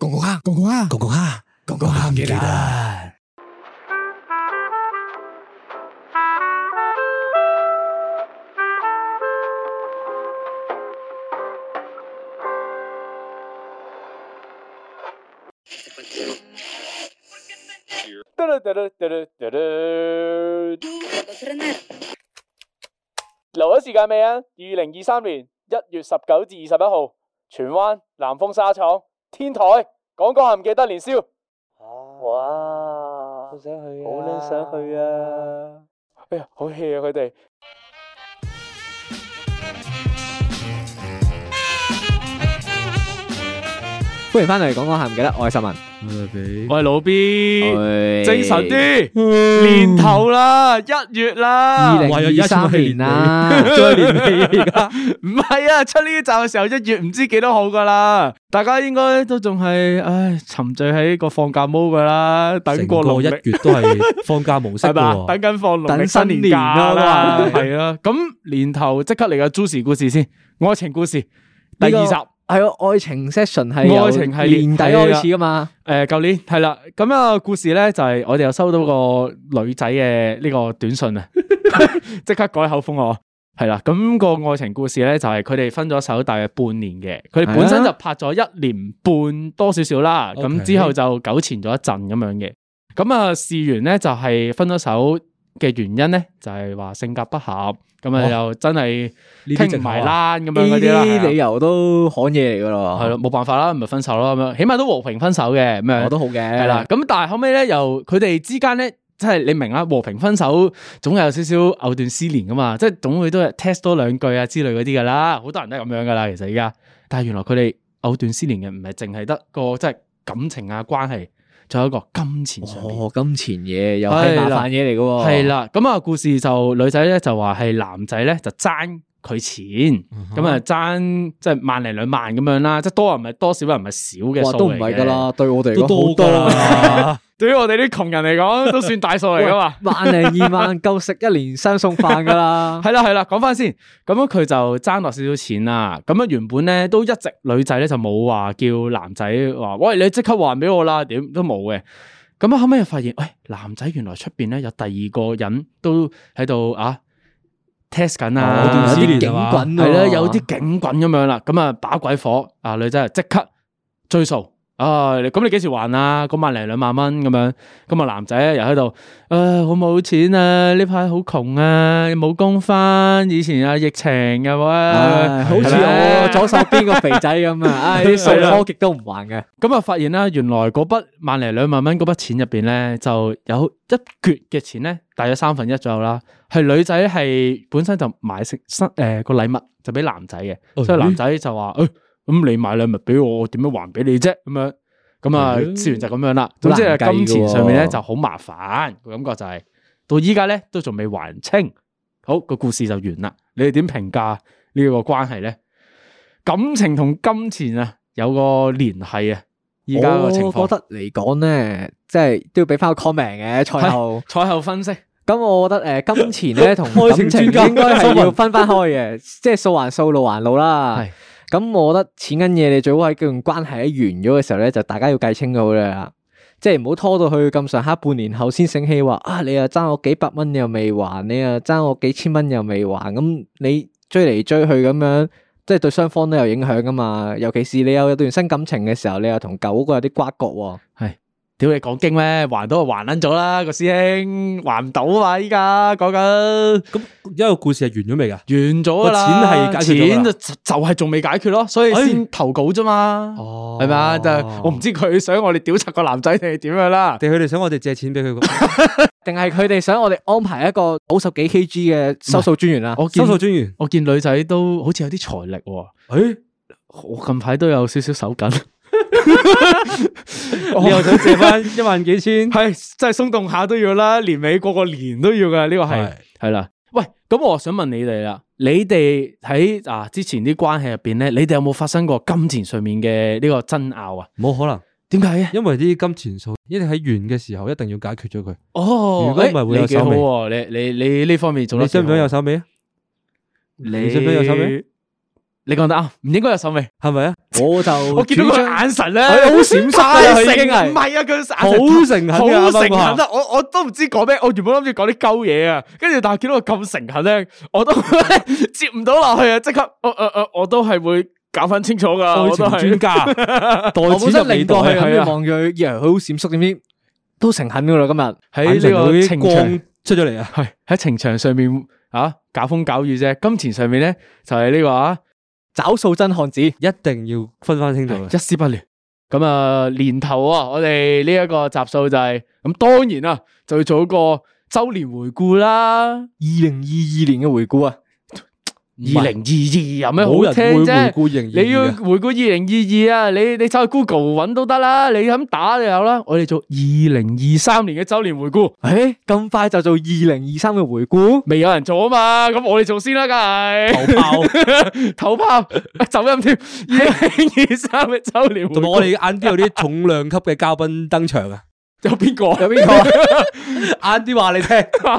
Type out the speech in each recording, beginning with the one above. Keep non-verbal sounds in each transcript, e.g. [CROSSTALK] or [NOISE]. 공공화 공공화 공공화 공공화 합니다. 留咗時間未啊？二零二三年一月十九至二十一號，荃灣南豐紗廠天台講講下唔記得年宵。哇！好想去，好撚想去啊！哎呀，好 hea 啊佢哋。欢迎翻嚟，讲讲下唔記得，我係十文，我係老 B，精神啲，年頭啦，一月啦，二零二三年啦， [LAUGHS] 再年尾而家，唔係啊，出呢集嘅時候一月唔知幾多號噶啦，大家應該都仲係唉沉醉喺個放假毛噶啦，等過成個農一曆月都係放假模式係嘛，喎等。緊放農曆等新新年年假啊啦，都係係啊，咁年頭即刻嚟個 Juicy 故事先，愛情故事第二集。係啊，愛情 session 係由愛情系列啊年底開始噶嘛，诶，旧、呃年係啦，咁啊故事咧就係我哋又收到個女仔嘅呢個短 [LAUGHS] 信啊，即刻改口風我。係啦，咁、個愛情故事咧就係佢哋分咗手大約半年嘅，佢哋本身係啊就拍咗一年半多少少啦，咁 OK 之後就糾纏咗一陣咁樣嘅。咁啊事緣咧就係分咗手嘅原因咧就係話性格不合，咁啊哦又真係呢啲傾藉唔口埋啊啦咁呢樣嗰啲啦。係啲理啦由都罕嘢嚟噶咯，係咯，冇辦法啦，咪分手咯咁樣，起碼都和平分手嘅咁哦樣。我都好嘅，系啦，，咁但系后尾咧，又佢哋之間咧，即係你明啦，和平分手總有少少藕斷絲連噶嘛，即係總會都係 test 多兩句啊之類嗰啲噶啦，好多人都係咁樣噶啦，其實而家，但係原來佢哋藕斷絲連嘅唔係淨係得個即係感情啊關係，仲有一個金錢上面。哦，金錢嘢又係麻煩嘢嚟噶喎，係，啦，咁啊，故事就女仔咧就話係男仔咧就爭佢錢，嗯咁啊爭即係萬零兩萬咁樣啦，即係多人唔係多，少人唔係少嘅哇，數都唔嚟係嘅噶。啦，對我哋嚟都講多好多噶啊。 [LAUGHS] 啦，對於我哋啲窮人嚟講，都算大數嚟噶嘛。萬零二萬夠食一年三餸飯 [LAUGHS] 噶啦，係啦係啦，講翻先，咁樣佢就爭落少少錢啦。咁樣原本咧都一直女仔咧就冇話叫男仔話，喂你即刻還俾我啦，點都冇嘅。咁啊後尾又發現，喂男仔原來出邊咧有第二個人都喺度啊 test 緊哦啊，藕斷絲有啲連警啊棍喎係啦，有啲警棍咁樣啦，咁啊把鬼火啊，女仔就即刻追數啊！你咁你幾時還啊？嗰萬零兩萬蚊咁樣，咁啊男仔又喺度，唉、我冇錢啊，呢排好窮啊，冇工翻，以前啊疫情嘅喎，唉好似係啦我左手邊個肥仔咁啊，唉，啲數係啦科極都唔還嘅，咁啊發現啦，原來嗰筆萬零兩萬蚊嗰筆錢入邊咧，就有一橛嘅錢咧，大約三分一左右啦，係女仔係本身就買食新誒個禮物就俾男仔嘅。Ờ, 所以男仔就話：，诶、咁你買禮物俾我，我點樣還俾你啫？咁樣咁啊，係咯事完就咁啊樣啦。總之好難計係㗎金喎錢上面咧就好麻煩，個感覺就係到依家咧都仲未還清。好，個故事就完啦。你哋點評價呢個關係咧？感情同金錢啊，有個聯繫啊。依家個情我況，覺得嚟講咧，即係都要俾翻個 comment 嘅賽後。賽後分析咁我覺得诶、誒金 [LAUGHS] 錢咧同愛情感情應專家該係蘇要文分翻開嘅，即係數還數，路還路啦係。咁我覺得錢銀嘢你最好喺段關係一完咗嘅時候咧，就大家要計清楚啦，即係唔好拖到去咁上下半年後先醒起話啊，你又爭我幾百蚊又未還，你又爭我幾千蚊又未還，咁你追嚟追去咁樣。即係對雙方都有影響噶嘛，尤其是你有一段新感情嘅時候，你又同舊嗰個有啲瓜葛喎。係屌你講經咩？還到就還撚咗啦，個師兄還唔到啊嘛！依家講緊。咁一個故事係完咗未噶？完咗噶啦，個錢係解決咗錢㗎就啦哎就係仲未解決咯，所以先投稿啫嘛，哦係咪啊？就我唔知佢想我哋屌柒個男仔定係點樣啦。定佢哋想我哋借錢俾佢個定係佢哋想我哋安排一個九十幾 Kg 嘅收數專員啊？我見收數專員？我見女仔都好似有啲財力喎，誒，我近排都有少少手緊， [LAUGHS] [LAUGHS] Ờ. 你又想借翻一萬幾千？係真係鬆動下都要啦，年尾過個年都要噶，呢個係係係啦。喂，咁我想問你哋啦，你哋喺啊之前啲關係入邊咧，你哋有冇發生過金錢上面嘅呢個爭拗啊？冇可能，點解嘅？因為啲金錢數一定喺完嘅時候一定要解決咗佢。哦，如果唔係會有誒你幾手好尾喎，你你你呢方面做得你想唔想有手尾啊？你你想唔想有手尾？你講得啱，唔應該有手尾。係咪啊？我就 [LAUGHS] 我見到主佢張眼神咧，哎係好閃晒啊太佢已經誠係唔係啊，佢眼神好誠懇啊好啱啱誠嗰懇啊！我我都唔知講咩，我原本諗住講啲鳩嘢啊，跟住但係見到佢咁誠懇咧，我都 [LAUGHS] 接唔到落去啊！即刻，我我我我都係會搞翻清楚噶，我都係家，我本身擰過去係諗啊住望住佢，以為佢好閃縮，點知都誠懇噶啦 [LAUGHS] 喺呢個情場光出咗嚟啊！係喺情場上面啊搞風搞雨啫，金錢上面咧就係呢個啊。今日，找數真漢子。一定要分翻清楚嘅。一絲不亂。咁啊，年頭啊，我哋呢一個集數就係、咁，當然啦，就要做一個周年回顧啦。二二零二二年嘅回顧啊，零二二有咩冇好人聽會回啊啫？顧型你要回顧二零二二啊，你你走去 Google 揾都得啦，你咁打就有啦。我哋做二零二三年嘅周年回顧，诶，咁快就做二零二三嘅回顧，未有人做啊嘛，咁我哋做先啦，梗係 [LAUGHS] 投炮。頭炮啊走音添，二零二三嘅周年回同埋顧我哋晏啲有啲重量級嘅嘉賓登場啊！有邊個？有邊個？晏啲話你聽， [LAUGHS] 咁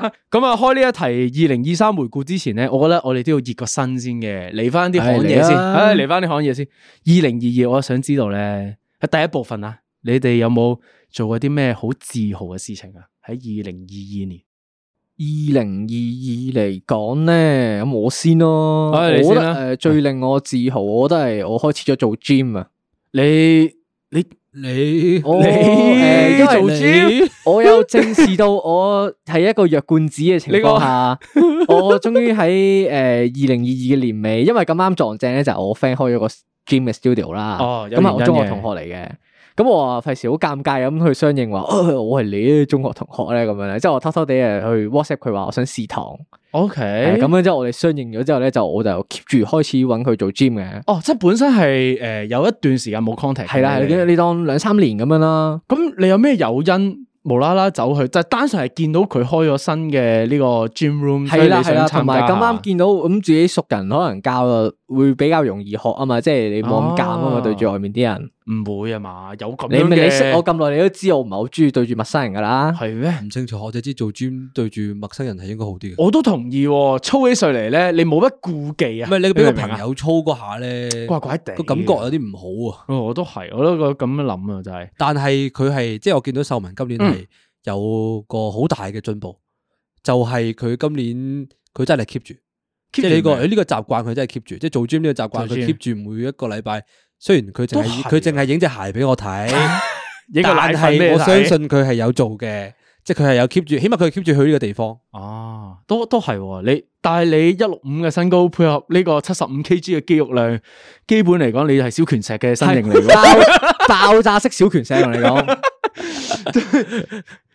啊，開呢一題二零二三回顧之前咧，我覺得我哋都要熱個身先嘅，嚟翻啲行嘢係嚟啊先，啦唉，嚟翻啲行嘢先。二零二二，我想知道咧，喺第一部分啊，你哋有冇做過啲咩好自豪嘅事情啊？喺二零二二年，二零二二嚟講咧，咁我先咯。哎你先我覺得啦誒最令我自豪，我覺得係我開始咗做 gym 啊。你你你我你誒因為做 gym？我有正視到我係一個藥罐子嘅情況 [LAUGHS] 下，我終於喺誒呃二零二二嘅年尾，因為咁啱撞正咧，就係我 friend 開咗個 gym 嘅 studio 啦。哦有咁啊，我原因中學嘅同學嚟嘅。咁我啊費事好尷尬咁去相應話，哦 [LAUGHS] 我係你嘅中學同學咧咁樣咧，即係我偷偷地誒去 WhatsApp 佢話我想試堂， OK，誒咁咁樣之後我哋相應咗之後咧，就我就 keep 住開始揾佢做 gym 嘅，哦，即係本身係誒有一段時間冇 contact，係啦，係啦你當兩三年咁樣啦。咁你有咩誘因無啦啦走去？就係單純係見到佢開咗新嘅呢個 gym room，所以係啦你想係啦，參加同埋咁啱下見到咁自己熟人，可能教啊會比較容易學啊嘛，即係你冇咁尷啊哦嘛，對住外面啲人，唔會啊嘛，有咁你樣咪嘅你識我咁耐，你都知我唔係好中意對住陌生人噶 [LAUGHS] 啦。係咩？唔清楚，我只知做 gym 對住陌生人係應該好啲嘅。我都同意喎，操起上嚟咧，你冇乜顧忌啊。唔係你俾個明唔明啊朋友操嗰下咧，怪怪地個感覺有啲唔好啊。哦我都係，我都覺咁樣諗啊，就係但係佢係即係我見到秀文今年嗯係有個好大嘅進步，就係佢今年佢真係 keep 住，即係呢個咩啊誒呢個習慣佢真係 keep 住，即係做 gym 呢個習慣做佢 gym keep 住每一個禮拜。雖然佢淨都係係啊佢淨係影隻鞋俾我睇，影個奶但粉俾係你我睇相信佢係有做嘅，即係佢係有 keep 住，起碼佢 keep 住去呢個地方。哦，都都係喎。你但係你一六五嘅身高配合呢個七十五 kg 嘅肌肉量，基本嚟講你係小拳石嘅身形嚟㗎。爆爆炸式小拳石同你 [LAUGHS] 講，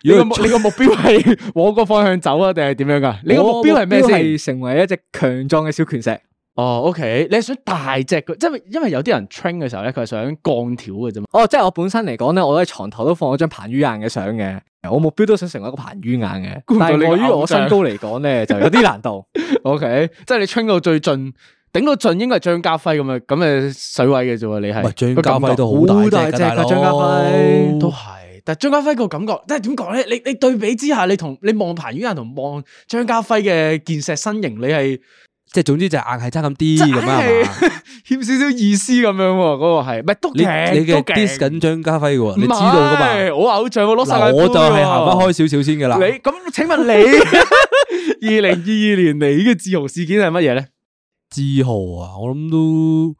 你個目你個目 [LAUGHS] 標係往個方向走啊，定係點樣㗎？你個目標係咩我目先？標係成為一隻強壯嘅小拳石。哦，OK，你係想大隻嘅，即係因為有啲人 train 嘅時候咧，佢係想鋼條嘅啫嘛。哦，即係我本身嚟講咧，我喺床頭都放咗張彭于晏嘅相嘅，我目標都想成為一個彭于晏嘅，估唔到但你係個礙於我偶像身高嚟講咧，就有啲難度。 OK，即係你 train 到最盡，頂到盡應該係張家輝咁嘅咁嘅水位嘅啫喎，你係喂，張個家感覺輝都好大隻好大隻㗎㗎大佬張家輝都係，但係張家輝個感覺，即係點講咧？你你對比之下，你同你望彭于晏同望張家輝嘅健碩身形，你係即係總之就係硬係差咁啲即係咁樣係嘛？欠少少意思咁樣喎。嗰個係，唔係都你勁你嘅都勁 dis 緊張家輝嘅喎，你知唔道噶嘛？係我偶像，我攞世界嗱，我就係係行翻開少少先㗎啦。你咁，請問 [LAUGHS] 你二零二二年你嘅自豪事件係乜嘢咧？自豪啊，我諗都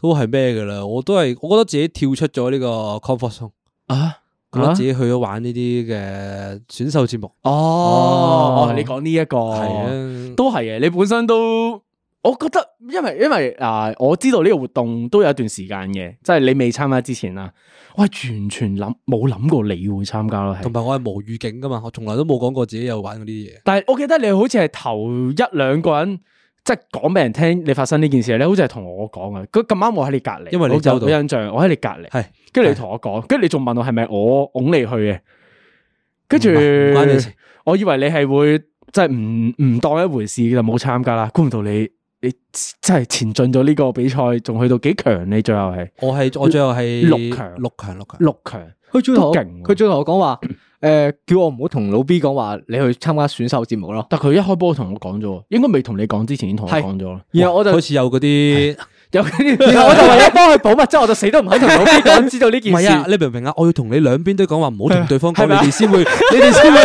都係咩㗎啦？我都係，我覺得自己跳出咗呢個 comfort zone，啊，覺得自己去咗玩呢啲嘅選秀節目。哦，哦，你講呢一個係啊，都係嘅，你本身都。我覺得，因為因為啊、我知道呢個活動都有一段時間嘅，即係你未參加之前啊，我係完全諗冇諗過你會參加咯，係同埋我係無預警㗎嘛，我從來都冇講過自己有玩過呢啲嘢。但係我記得你好似係頭一兩個人即係講俾人聽，你發生呢件事咧，好似係同我講啊。佢咁啱我喺你隔離，因為你我就周到有印象，我喺你隔離，係跟住你同我講，跟住你仲問我係咪我拱你去嘅，跟住唔係唔關你事我以為你係會即係唔唔當一回事就冇參加啦，估唔到你你真係前進咗呢個比賽，仲去到幾強？你最後係我係我最後係六強六強六強。六強，佢最都後勁喎佢最後同我講話，诶、呃叫我唔好同老 B 講話，你去參加選秀節目咯。但佢一開波同我講咗，應該未同你講之前已經同我係講 [LAUGHS] 咗啦。然後我就，好似有嗰啲，有 [LAUGHS] 跟住 [LAUGHS] 然後我就為咗幫佢保密，之後我就死都唔肯同老 B 講知道呢件唔事係。啊，你明唔明啊？我要同你兩邊都講話，唔 [LAUGHS] 好同對方講，你哋先會， [LAUGHS] 你哋先會，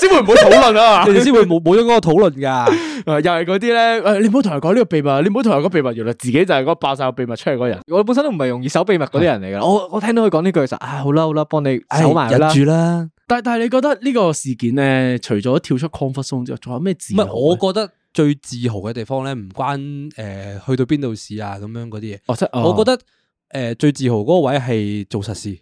先會唔會討論啊 [LAUGHS] 你哋先會冇冇咗嗰個討論㗎。又係嗰啲咧，誒你唔好同人講呢個秘密，你唔好同人講秘密，原來自己就係嗰個爆晒個秘密出嚟嗰個人。我本身都唔係容易守秘密嗰啲人嚟噶，我我聽到佢講呢句就，唉，好啦好啦，幫你守埋佢啦唉。忍住啦。但但係你覺得呢個事件咧，除咗跳出 comfort zone 之外，仲有咩自唔豪係，呢？我覺得最自豪嘅地方咧，唔關诶去到邊度事啊咁樣嗰啲嘢。哦，即係哦我覺得诶最自豪嗰個位係做實事，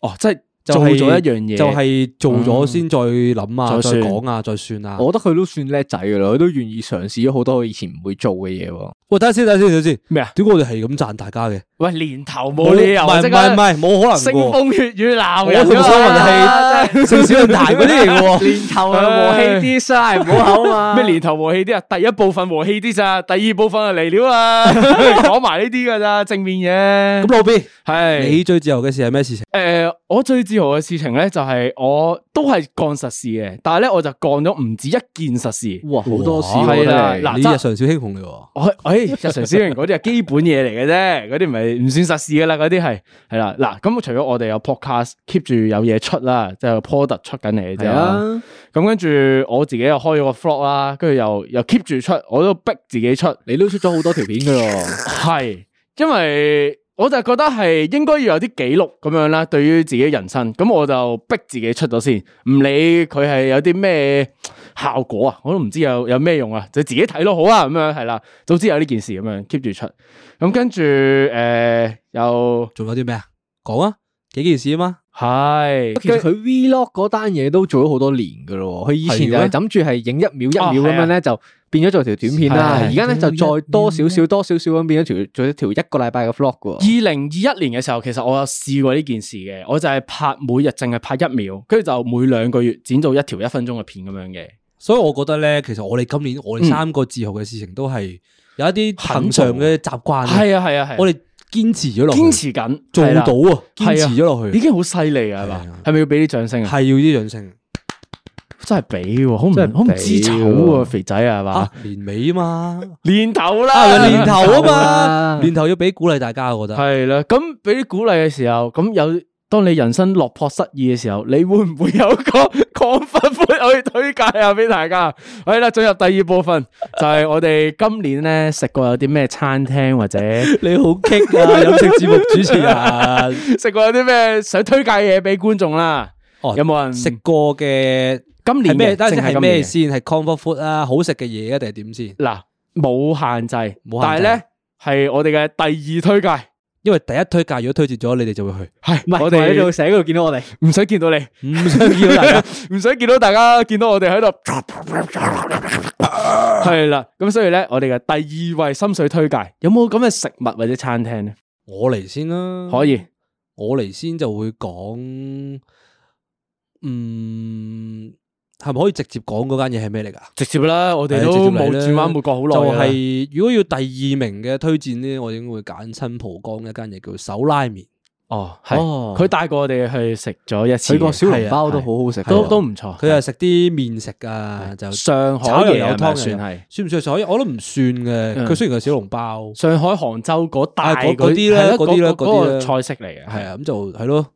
哦，即係就做咗係一樣嘢，就係做咗先再諗嗯啊，再再算講啊，再算啊。我覺得佢都算叻仔噶啦，佢都願意嘗試咗好多佢以前唔會做嘅嘢喎。喂，等下先，等下先，等下先。咩啊？點解我哋係咁讚大家嘅？喂，年頭冇理由唔係即唔係唔刻係，冇可能腥喎。風血雨鬧我人同㗎蘇雲嘛係城市論壇嗰啲嚟嘅喎。 [LAUGHS] 年頭啊和氣啲，嘥唔好口啊咩年頭和氣啲啊？第一部分和氣啲咋，第二部分就嚟料啊！ [LAUGHS] 講埋呢啲㗎咋，正面嘢。咁老 B，係你最自豪嘅事係咩事情？诶、呃我最自豪嘅事情咧，就係我都係幹實事嘅，但係咧我就幹咗唔止一件實事。哇，好多事哇哦係喎啦真係嗱你日真常小英雄嚟喎。我诶、日常小型嗰啲係基本嘢嚟嘅啫，嗰啲唔係唔算實事噶啦，嗰啲係係啦嗱。咁除咗我哋有 podcast keep 住有嘢出啦，即係 product 出緊嚟嘅啫係啦。啊，咁跟住我自己又開咗個 vlog 啦，跟住又又 keep 住出，我都逼自己出，你都出咗好多條片噶咯。係因為我就覺得係應該要有啲記錄咁樣啦，對於自己人生，咁我就逼自己出咗先，唔理佢係有啲咩效果啊，我都唔知有有咩用啊，就自己睇咯好啊，咁樣係啦，早知有呢件事咁樣 keep 住出，咁跟住呃誒又仲有啲咩啊？講啊，幾件事啊嘛。係其實佢 vlog 嗰單嘢都做咗好多年噶咯喎，佢以前就係係咩諗住係影一秒哦一秒咁樣咧，就變咗做條短片啦。係嗯而家咧就再多少少多少少咁變咗條做一條一個禮拜嘅 vlog 噶二。零二一年嘅時候，其實我有試過呢件事嘅，我就係拍每日淨係拍一秒，跟住就每兩個月剪到一條一分鐘嘅片咁樣嘅。所以我覺得咧，其實我哋今年我嗯哋三個自豪嘅事情都係有一啲恒常嘅習慣。係啊係啊係啊，我哋堅持咗落去，堅持緊，做係到啦啊，係啊堅持咗落已去，經好犀利啊，係係嘛啊？係咪要俾啲掌聲啊？係要啲養性真係俾喎，好唔真係俾喎好唔知醜喎，肥仔啊，係嘛啊？，年尾啊嘛，年頭啊啦，年頭年啊頭啊嘛，年頭要俾鼓勵大家，我覺得。係啦。咁俾啲鼓勵嘅時候，咁有當你人生落魄失意嘅時候，你會唔會有一個 [LAUGHS] 亢奮杯去推介啊俾大家？係啦，進入第二部分就係我哋今年咧食過有啲咩餐廳或者你好激 [LAUGHS] 啊！飲食節目主持人， [LAUGHS] 食過有啲咩想推介嘢俾觀眾啦。哦有冇人食過嘅今年係咩？嘅等陣淨先係係今年咩嘅先？係 comfort food 啊，好食嘅嘢啊，定係點先？嗱，冇限制，冇限制但係咧係我哋嘅第二推介，因為第一推介如果推薦咗，你哋就會去。係唔係，我我哋喺度哋寫嗰度見到我哋，唔想見到你，唔想見到大家。 [LAUGHS] 唔想見到大家見到我哋喺度，係啦。咁所以咧，我哋嘅第二位心水推介有冇咁嘅食物或者餐廳咧？我嚟先啦，可以，我嚟先就會講，嗯，係咪可以直接講嗰間嘢係咩嚟㗎？直接啦，我哋係直都接冇嚟啦轉彎抹角好耐就啦。係如果要第二名嘅推薦呢，我應該會揀新蒲江一間嘢叫手拉麵。哦，哦係佢帶過我哋去食咗一次佢嘅，個小籠籠包都好好食㗎喎，啊都都唔錯。佢係食啲麵食啊，就上海炒嘢又有係咪湯算又有係算唔算上海？我都唔算嘅。嗯佢雖然係小籠包，上海、杭州嗰帶啊係嗰嗰啲呢係啦嗰啲呢嗰嗰嗰啲個呢菜式嚟嘅，係啊，咁就係咯。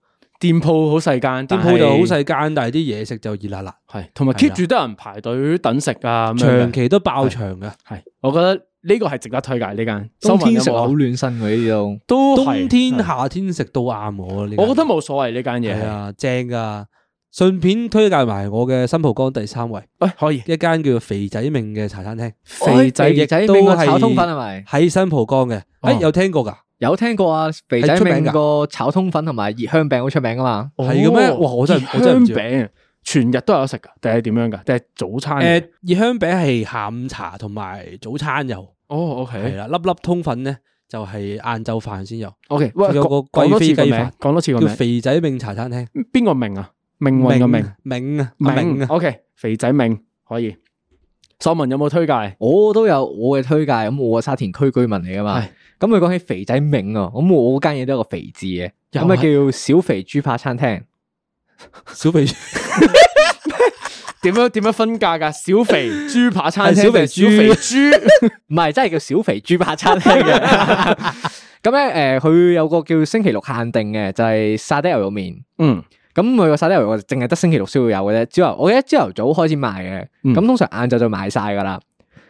店鋪好細間，店但鋪就好係細間，但係啲嘢食就熱辣辣，系，同埋係 keep 啦住得人排隊等食啊，咁樣長嘅期都爆場嘅。係，我覺得呢個係值得推介呢間。收文冬天有食好冇啊暖身嘅呢啲都。都係冬天、夏天食都啱我啊。呢間我覺得冇所謂呢間嘢係係。啊，正噶。順便推介埋我嘅新蒲江第三位喂，可以一間叫做肥仔命嘅茶餐廳，肥仔哦肥仔亦都明個係炒通粉係咪？喺新蒲江嘅。哦誒有聽過㗎？有聽過啊？肥仔係出名明㗎個炒通粉同埋熱香餅好出名噶嘛？係嘅咩哦哇我真係熱我真係唔知啊香餅全日都有得食噶，定係點樣噶？定係早餐嚟㗎？诶，熱香餅係下午茶同埋早餐有，哦係啊，OK 啦，粒粒通粉咧就係晏晝飯先有， OK，喂，佢有個講講多次個貴妃雞名飯，講多次個叫名，肥仔命茶餐廳。邊個明啊？命運嘅命，明啊明明啊， ，OK，肥仔明可以。秀文有冇推介？我都有我嘅推介，咁我係沙田區居民嚟噶嘛係，咁佢講起肥仔名啊，咁我嗰間嘢都有個肥字嘅，又咁啊叫小肥豬扒餐廳，小肥 [LAUGHS] 點樣點樣分價㗎？[LAUGHS] 小肥豬扒餐廳係小肥定係小肥 [LAUGHS] 豬？ [LAUGHS] 唔係真係叫小肥豬扒餐廳嘅。 [LAUGHS] 咁咧誒，佢、有個叫星期六限定嘅，就係、沙爹牛肉麵。嗯，咁佢個沙爹牛肉淨係得星期六先會有嘅啫。朝頭我記得朝頭早開始賣嘅，咁、嗯通常晏晝就賣晒噶啦。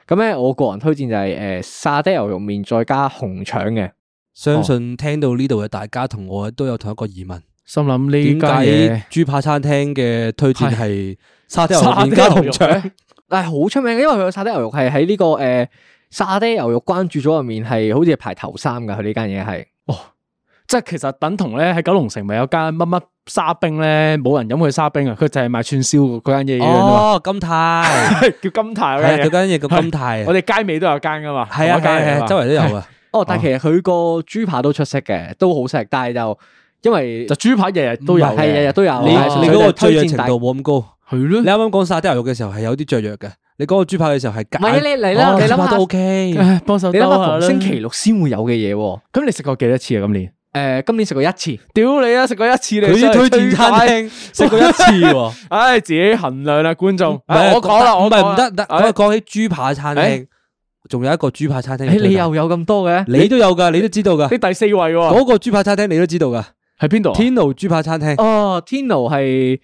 咁咧，我個人推薦就係、呃沙爹牛肉麵再加紅腸嘅。哦相信聽到呢度嘅大家同我都有同一個疑問，心諗點呢家嘢解豬扒餐廳嘅推薦係沙爹牛肉沙麵爹加牛 [LAUGHS] 紅 [LAUGHS] 肉腸？腸但係好出名嘅，因為佢個沙爹牛肉係喺呢個誒、呃沙爹牛肉關注組入面係好似係排頭三㗎。佢呢間嘢係即係其實等同咧喺九龍城咪有間乜乜沙冰咧，冇人飲佢沙冰啊，佢就係賣串燒嗰間嘢一樣啊嘛，哦，金泰 [LAUGHS] 叫金泰係啊，嗰佢間嘢。間嘢叫金泰啊我，哋街尾都有間噶嘛，係啊同一間嚟㗎係嘛啊，周圍都有 [LAUGHS] 啊。哦，但係其實佢個豬扒都出色嘅，都好食，但係就因為就豬扒日日都有嘅，係日日都有。你但係哦你純粹嗰個就推雀躍薦程大度冇咁高。係咯你啱啱講沙爹牛肉嘅時候係有啲雀躍嘅，你講個豬扒嘅時候係唔係啊夾硬。你嚟啦哦你諗下豬扒都 [LAUGHS] OK。唉幫手你兜諗下下啦逢星期六先會有嘅嘢喎，啊咁你食過幾多次啊？今年？誒、今年食過一次，屌你啊！食過一次你佢啲真係推薦餐推介，廳 [LAUGHS] 食過一次喎。 [LAUGHS] 唉，自己衡量啦，觀眾。唔係哎唉我講啦，我唔係講唔啦得唔得。唉講講起豬扒餐廳哎，仲有一個豬扒餐廳誒、嘅推介。你又有咁多嘅，你都有㗎，你都知道㗎。你第四位喎，嗰個豬扒餐廳你都知道㗎，喺邊度啊？天奴豬扒餐廳 [LAUGHS] 哦，天奴係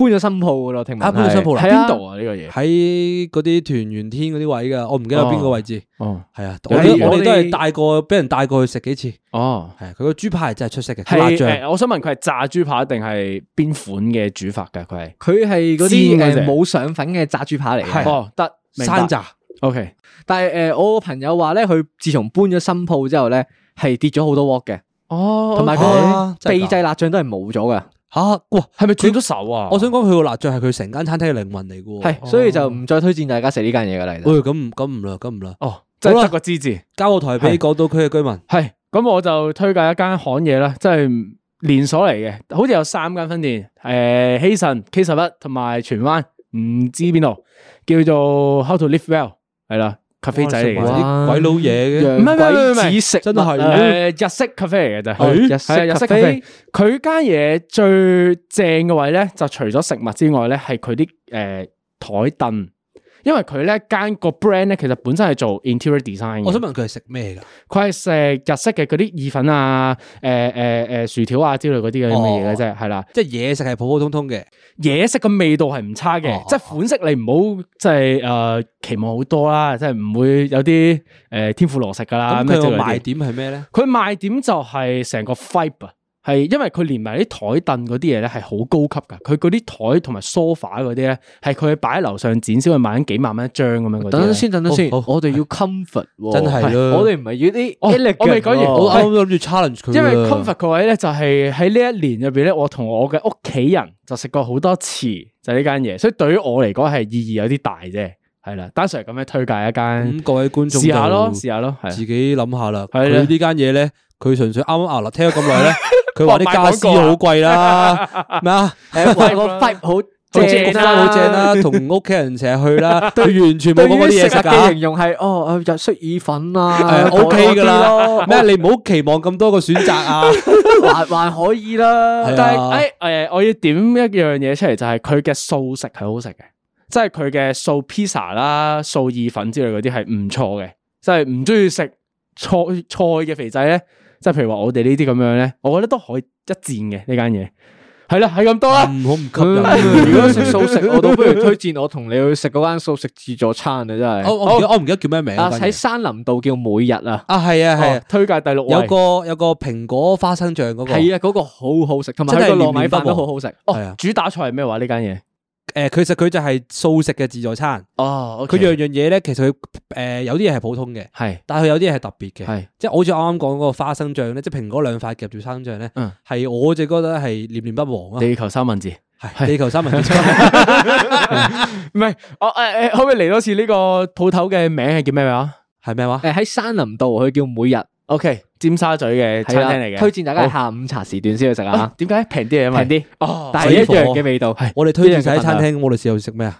搬咗新鋪嘅咯，聽聞啊搬咗新鋪啦係邊啊度啊？呢個嘢？喺嗰啲團圓天嗰啲位㗎，我唔記得邊個位置。哦係啊，有我啲都遠我哋都我係哋帶過，俾人帶過去食幾次。哦，係啊佢個豬扒係真係出色嘅，佢辣係醬誒，我想問佢係炸豬扒定係邊款嘅煮法㗎？佢佢係嗰鮮嗰啲隻誒冇上粉嘅炸豬扒嚟係嘅。哦得明白山楂。 OK，但係誒、我個朋友話咧，佢自從搬咗新鋪之後咧，係跌咗好多鑊嘅，哦同埋佢個哦真係秘㗎哦製辣醬都係冇咗嘅，吓哇！係咪轉咗手啊？我想講佢個辣醬係佢成間餐廳嘅靈魂嚟㗎喎。係、所以就唔再推薦大家食呢間嘢㗎啦。其實喂，咁唔咁唔啦，咁唔啦，哦，即係好啦得個知字。交個台俾係嗯港島區嘅居民。系，咁我就推介一間行嘢啦，即係連鎖嚟嘅，好似有三間分店，诶、希慎、K 十一同埋荃灣，唔知邊度，叫做 How to Live Well，係啦，咖啡仔嚟哇嘅，啲鬼佬嘢嘅，洋唔係唔係唔係唔呃鬼係子食真係物啊诶、日式咖啡嚟嘅就哦係，日式係啊日式咖啡，佢間嘢最正嘅位咧，就除咗食物之外咧，係佢啲诶台凳。因為佢咧間個 brand 咧，其實本身係做 interior design 嘅。我想問佢係食咩㗎？佢係食日式嘅嗰啲意粉啊、誒誒誒薯條啊之類嗰啲嘅咁嘅嘢嘅啫，係啦、即係嘢食係普普通通嘅，嘢食嘅味道係唔差嘅，哦即係款式你唔好即係誒期望好多啦，即係唔會有啲誒、呃天婦羅食噶啦咁咩佢之個類嗰賣啲。點係咩咧？佢賣點就係成個 vibe 啊，係因為佢連埋啲台凳嗰啲嘢咧係好高級㗎，佢嗰啲台同埋 sofa 嗰啲咧係佢擺喺樓上展銷，佢賣緊幾萬蚊一張咁樣嗰啲呢。等陣先，等陣先，好好我哋要 comfort，喎真係咯我哋唔係要啲哦 elegant 我未講完喎我好啱啱諗住 challenge 佢㗎因啦，為 comfort 個位咧，就係喺呢一年入邊咧，我同我嘅屋企人就食過好多次，就呢間嘢，所以對於我嚟講係意義有啲大啫，係啦，單純係咁樣推介一間，咁各位觀眾試下咯，就試下咯，係啊自己諗下啦。係佢啦呢間嘢咧，佢純粹啱啱牙啦，聽咗咁 [LAUGHS] 耐咧，佢話啲哇家私好貴啦， [LAUGHS] 咩啊？誒話 [LAUGHS] 個 vibe 啦 vibe 好好正啊正啦，啦好正啊啦，同屋企人成日去 [LAUGHS] 啦，佢完全冇講嗰啲嘢食嘅㗎。形容係哦，誒日式意粉啊誒 OK 㗎啦，咩咩你唔好期望咁多個選擇 [LAUGHS] 啊！還還可以啦係啊。但係誒誒，我要點一樣嘢出嚟，就係佢嘅素食係好食嘅，即係佢嘅素 pizza 啦、素意粉之類嗰啲係唔錯嘅，即係唔中意食菜菜嘅肥仔咧，即係譬如話我哋呢啲咁樣咧，我覺得都可以一戰嘅呢間嘢，係啦，係咁多啦。唔好唔吸引。如果食素食，我都不如推薦我同你去食嗰間素食自助餐啊！我真係我唔記得我唔記得叫咩名啊，啊？喺山林道叫每日啊，啊係啊係哦啊，推介第六位有個有個蘋果花生醬嗰個係啊，嗰個好好食，同埋真係佢個糯連米連不飯都忘好好食。係啊哦，主打菜係咩話呢間嘢？诶，其實呃佢就係素食嘅自助餐，哦佢樣樣嘢咧，其實佢诶有啲嘢係普通嘅，系但係佢有啲嘢係特別嘅，系即係好似啱啱講嗰個花生醬咧，即係蘋果兩塊夾住生醬咧嗯，係我就覺得係念念不忘啊，地球三文治，係地球三文 [LAUGHS] 治唔系我诶诶，可唔可以嚟多次呢个铺头嘅名系叫咩名啊係咩話？诶喺山林道佢叫每日？OK，尖沙咀嘅餐係啦厅嚟嘅，推薦大家喺好下午茶時段先去食啊啊，，点解平啲啊？因為平啲，哦，但係水一樣火嘅味道。係我哋推薦一樣嘅晒份餐量廳，我哋事後食咩啊？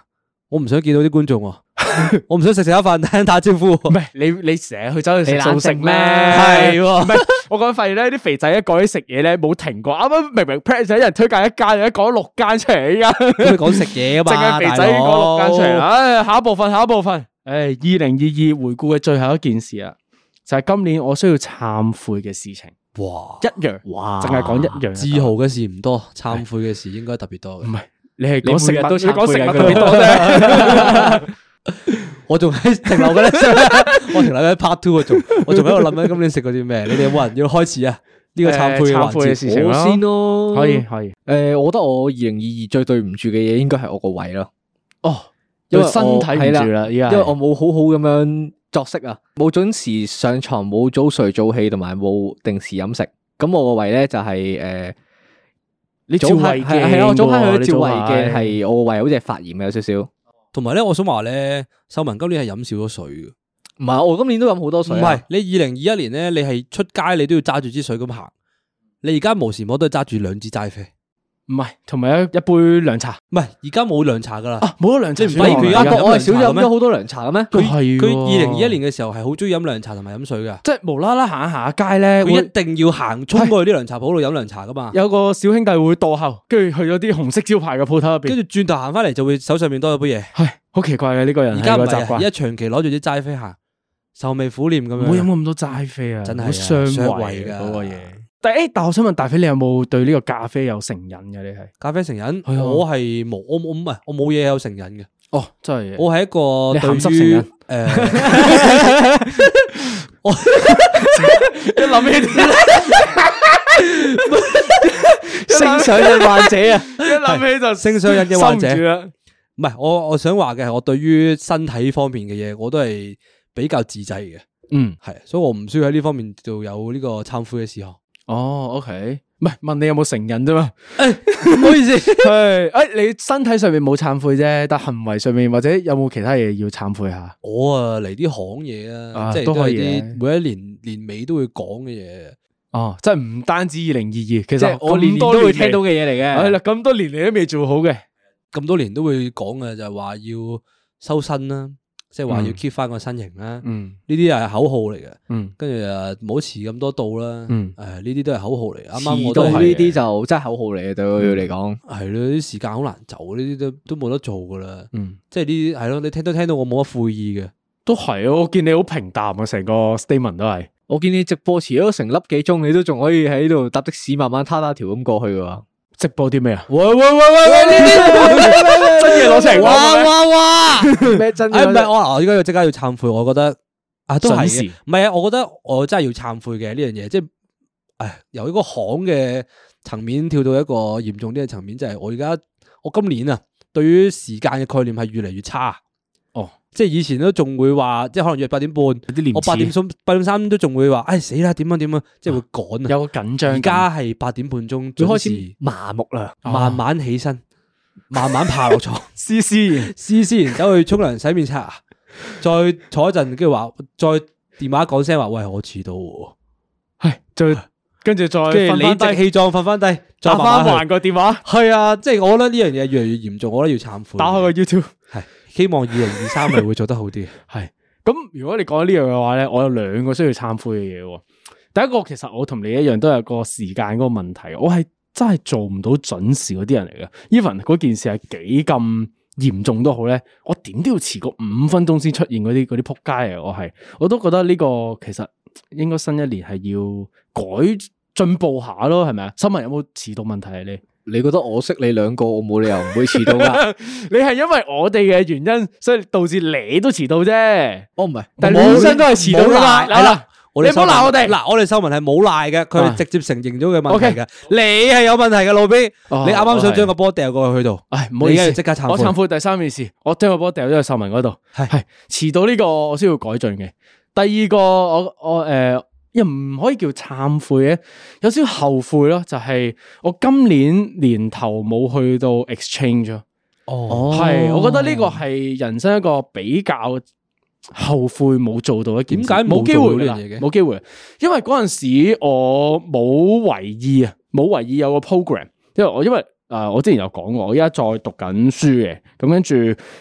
我唔想見到啲觀眾喎，我唔想食食下飯，聽 [LAUGHS] 打招呼喎。唔系你你成日去走去食你懶素食食咩？啦係喎唔系我講發現咧，啲肥仔一講起食嘢咧冇停過。啱啱明明 p r e s 一人推介一間，一講六間出嚟，依家淨咁你講食嘢啊嘛，係肥仔已經講六間出大嚟佬啦。唉，下一部分，下一部分。唉，二零二二回顧嘅最後一件事啊，就係今年我需要懺悔嘅事情哇！一樣，哇淨係講一樣。自豪嘅事唔多，懺悔嘅事應該特別多唔嘅。係你係你每講食日物，都你講懺食悔嘅物特別多啫。我仲 [LAUGHS] 喺停留嘅咧，我停留喺 part two 啊，仲我仲喺度諗緊今年食過啲咩？你哋有冇人要開始啊？呢個懺悔嘅誒環懺悔嘅節，事情我啦先咯，可以可以，诶，我覺得我二零二二最對唔住嘅嘢應該係我個胃咯，哦，因為身我體唔住啦，依家因為我冇好好咁樣作息啊，冇準時上床，冇早睡早起，同埋冇定時飲食。咁我個胃咧就係诶，你照早排胃鏡係係啊，我早排喎去你照胃排鏡係我個胃好似係發炎嘅有少少。唔同埋咧，我想話咧，秀文今年係飲少咗水嘅，係，我今年都飲好多唔水啊。係你二零二一年咧，你係出街你都要揸住支水咁行，你而家無時無刻都係揸住兩支齋啡，唔係，同埋一一杯涼茶唔係而家冇涼茶噶啦。啊，冇咗涼茶你唔發現選項佢啦而家我我係飲涼啊茶少嘅飲咩咗好多涼茶嘅咩？佢係喎佢二零二一年嘅時候係好中意飲涼茶同埋飲水噶，即係無啦啦行下街咧，佢會一定要行衝過去啲涼茶鋪度飲涼茶噶嘛。有個小兄弟會墮後，跟住去咗啲紅色招牌嘅鋪頭入跟邊，住轉頭行翻嚟就會手上面多咗杯嘢。係好奇怪嘅呢個人而係家唔個係習啊，而慣家，長期攞住啲齋飛行，愁眉苦臉咁唔好飲樣。咁多齋啡啊，真係啊好傷傷胃胃㗎㗎嗰個嘢。但誒，但我想問大肥，你有冇對呢個咖啡有成癮嘅？你係咖啡成癮，係啊我係冇，我我唔係，我冇嘢有成癮嘅。哦，真係 [LAUGHS] 我係一你個鹹濕對於成癮誒， [LAUGHS] 一諗起升上嘅 [LAUGHS] [LAUGHS] 患者啊！一諗起就性上癮嘅患者收唔住啊啦唔係我我想話嘅係，我對於身體方面嘅嘢，我都係比較自制嘅，嗯，係，所以我唔需要喺呢方面度有呢個懺悔嘅事 [LAUGHS] 項。哦，OK，唔係問你有冇成癮啫嘛。 [LAUGHS] 唔好意思，系，诶，你身體上面冇懺悔啫，但行為上面或者有冇其他嘢要懺悔下？我啊嚟啲行嘢啊，啊即係都都可係以啲每一年年尾都會講嘅嘢。哦，即係唔單止二零二二，其即係實我年年都會聽到嘅嘢嚟系嘅。啦，咁多年嚟都未做好嘅，咁多年都會講嘅就係話要修身啦，即係話要嗯 keep 翻個身形啦。嗯呢啲係口號嚟嘅，嗯，跟住啊唔好遲咁多到啦。嗯誒呢啲都係口號嚟。啱啱遲我都到呢係啲就真係口號嚟嘅，對我嚟講。係咯，啲時間好難走，呢啲都都冇得做噶啦。嗯，即係呢啲係咯，你聽都聽到我冇乜悔意嘅。都係啊！我見你好平淡啊，成個 statement 都係。我見你直播遲咗成粒幾鐘，你都仲可以喺度搭的士慢慢攤攤條咁過去嘅喎。直播啲咩 [LAUGHS] 啊？喂喂喂喂真嘢攞出嚟講嘅咩？哇哇！咩真哎唔係我嗱，我依家要即刻要懺悔，我覺得啊都係準嘅時，唔係啊，我覺得我真係要懺悔嘅呢樣嘢，即係唉由一個行嘅層面跳到一個嚴重啲嘅層面，就係、我而家我今年啊，對於時間嘅概念係越嚟越差。哦，即係以前都仲會話，即係可能約八點半，有啲廉恥我八點三八點三都仲會話，唉死啦點樣點樣，即係會趕啊。有個緊張而感家係八點半鐘佢準開始時，麻木啦。啊慢慢起哦身，慢慢爬落床。思思然思思然走去沖涼洗面刷牙，再坐一陣，跟住話再電話講聲話，喂我遲到喎，係再跟住再跟住瞓理返直低，氣壯瞓翻低，再打慢翻慢還去。個電話，係啊，即係我覺得呢樣嘢越嚟越嚴重，我覺得要懺悔。打開個 YouTube。係希望二零二三年會做得好 [LAUGHS] 啲。系咁，如果你講呢樣嘅話咧，我有兩個需要懺悔嘅嘢喎。第一個其實我同你一樣都有個時間嗰個問題，我係真係做唔到準時嗰啲人嚟嘅。even 嗰件事係幾咁嚴重都好咧，我點都要遲過五分鐘先出現嗰啲嗰啲仆街啊嚟。我係我都覺得呢個其實應該新一年係要改進步下咯，係咪啊？新聞有冇遲到問題啊？你？你覺得我識你兩個，我冇理由唔會遲到噶。 [LAUGHS] 你係因為我哋嘅原因，所以導致你都遲到啫。哦我唔係，但但係你本身都係遲到㗎嘛哎係啦，我哋你唔好修文鬧我哋嗱，我哋修文係冇賴嘅，佢啊係直接承認咗佢問題嘅。你係有問題嘅，老 B，哦你啱啱我想係將個波掉過去佢度，唉，唔好意你而家思，要即刻懺悔我忏悔第三件事，我將個波掉咗去秀文嗰度，係遲到呢個我需要改進嘅。第二個我我诶、呃又唔可以叫懺悔嘅，有少少後悔咯，就係我今年年頭冇去到 exchange 咯。哦係，我覺得呢個係人生一個比較後悔冇做到一件事，點解冇冇機做到會呢啦樣嘢嘅冇機會，因為嗰陣時我冇為意啊，冇為意有個 program，因為我因為。啊、我之前有講過，我依家再讀緊書嘅，咁跟住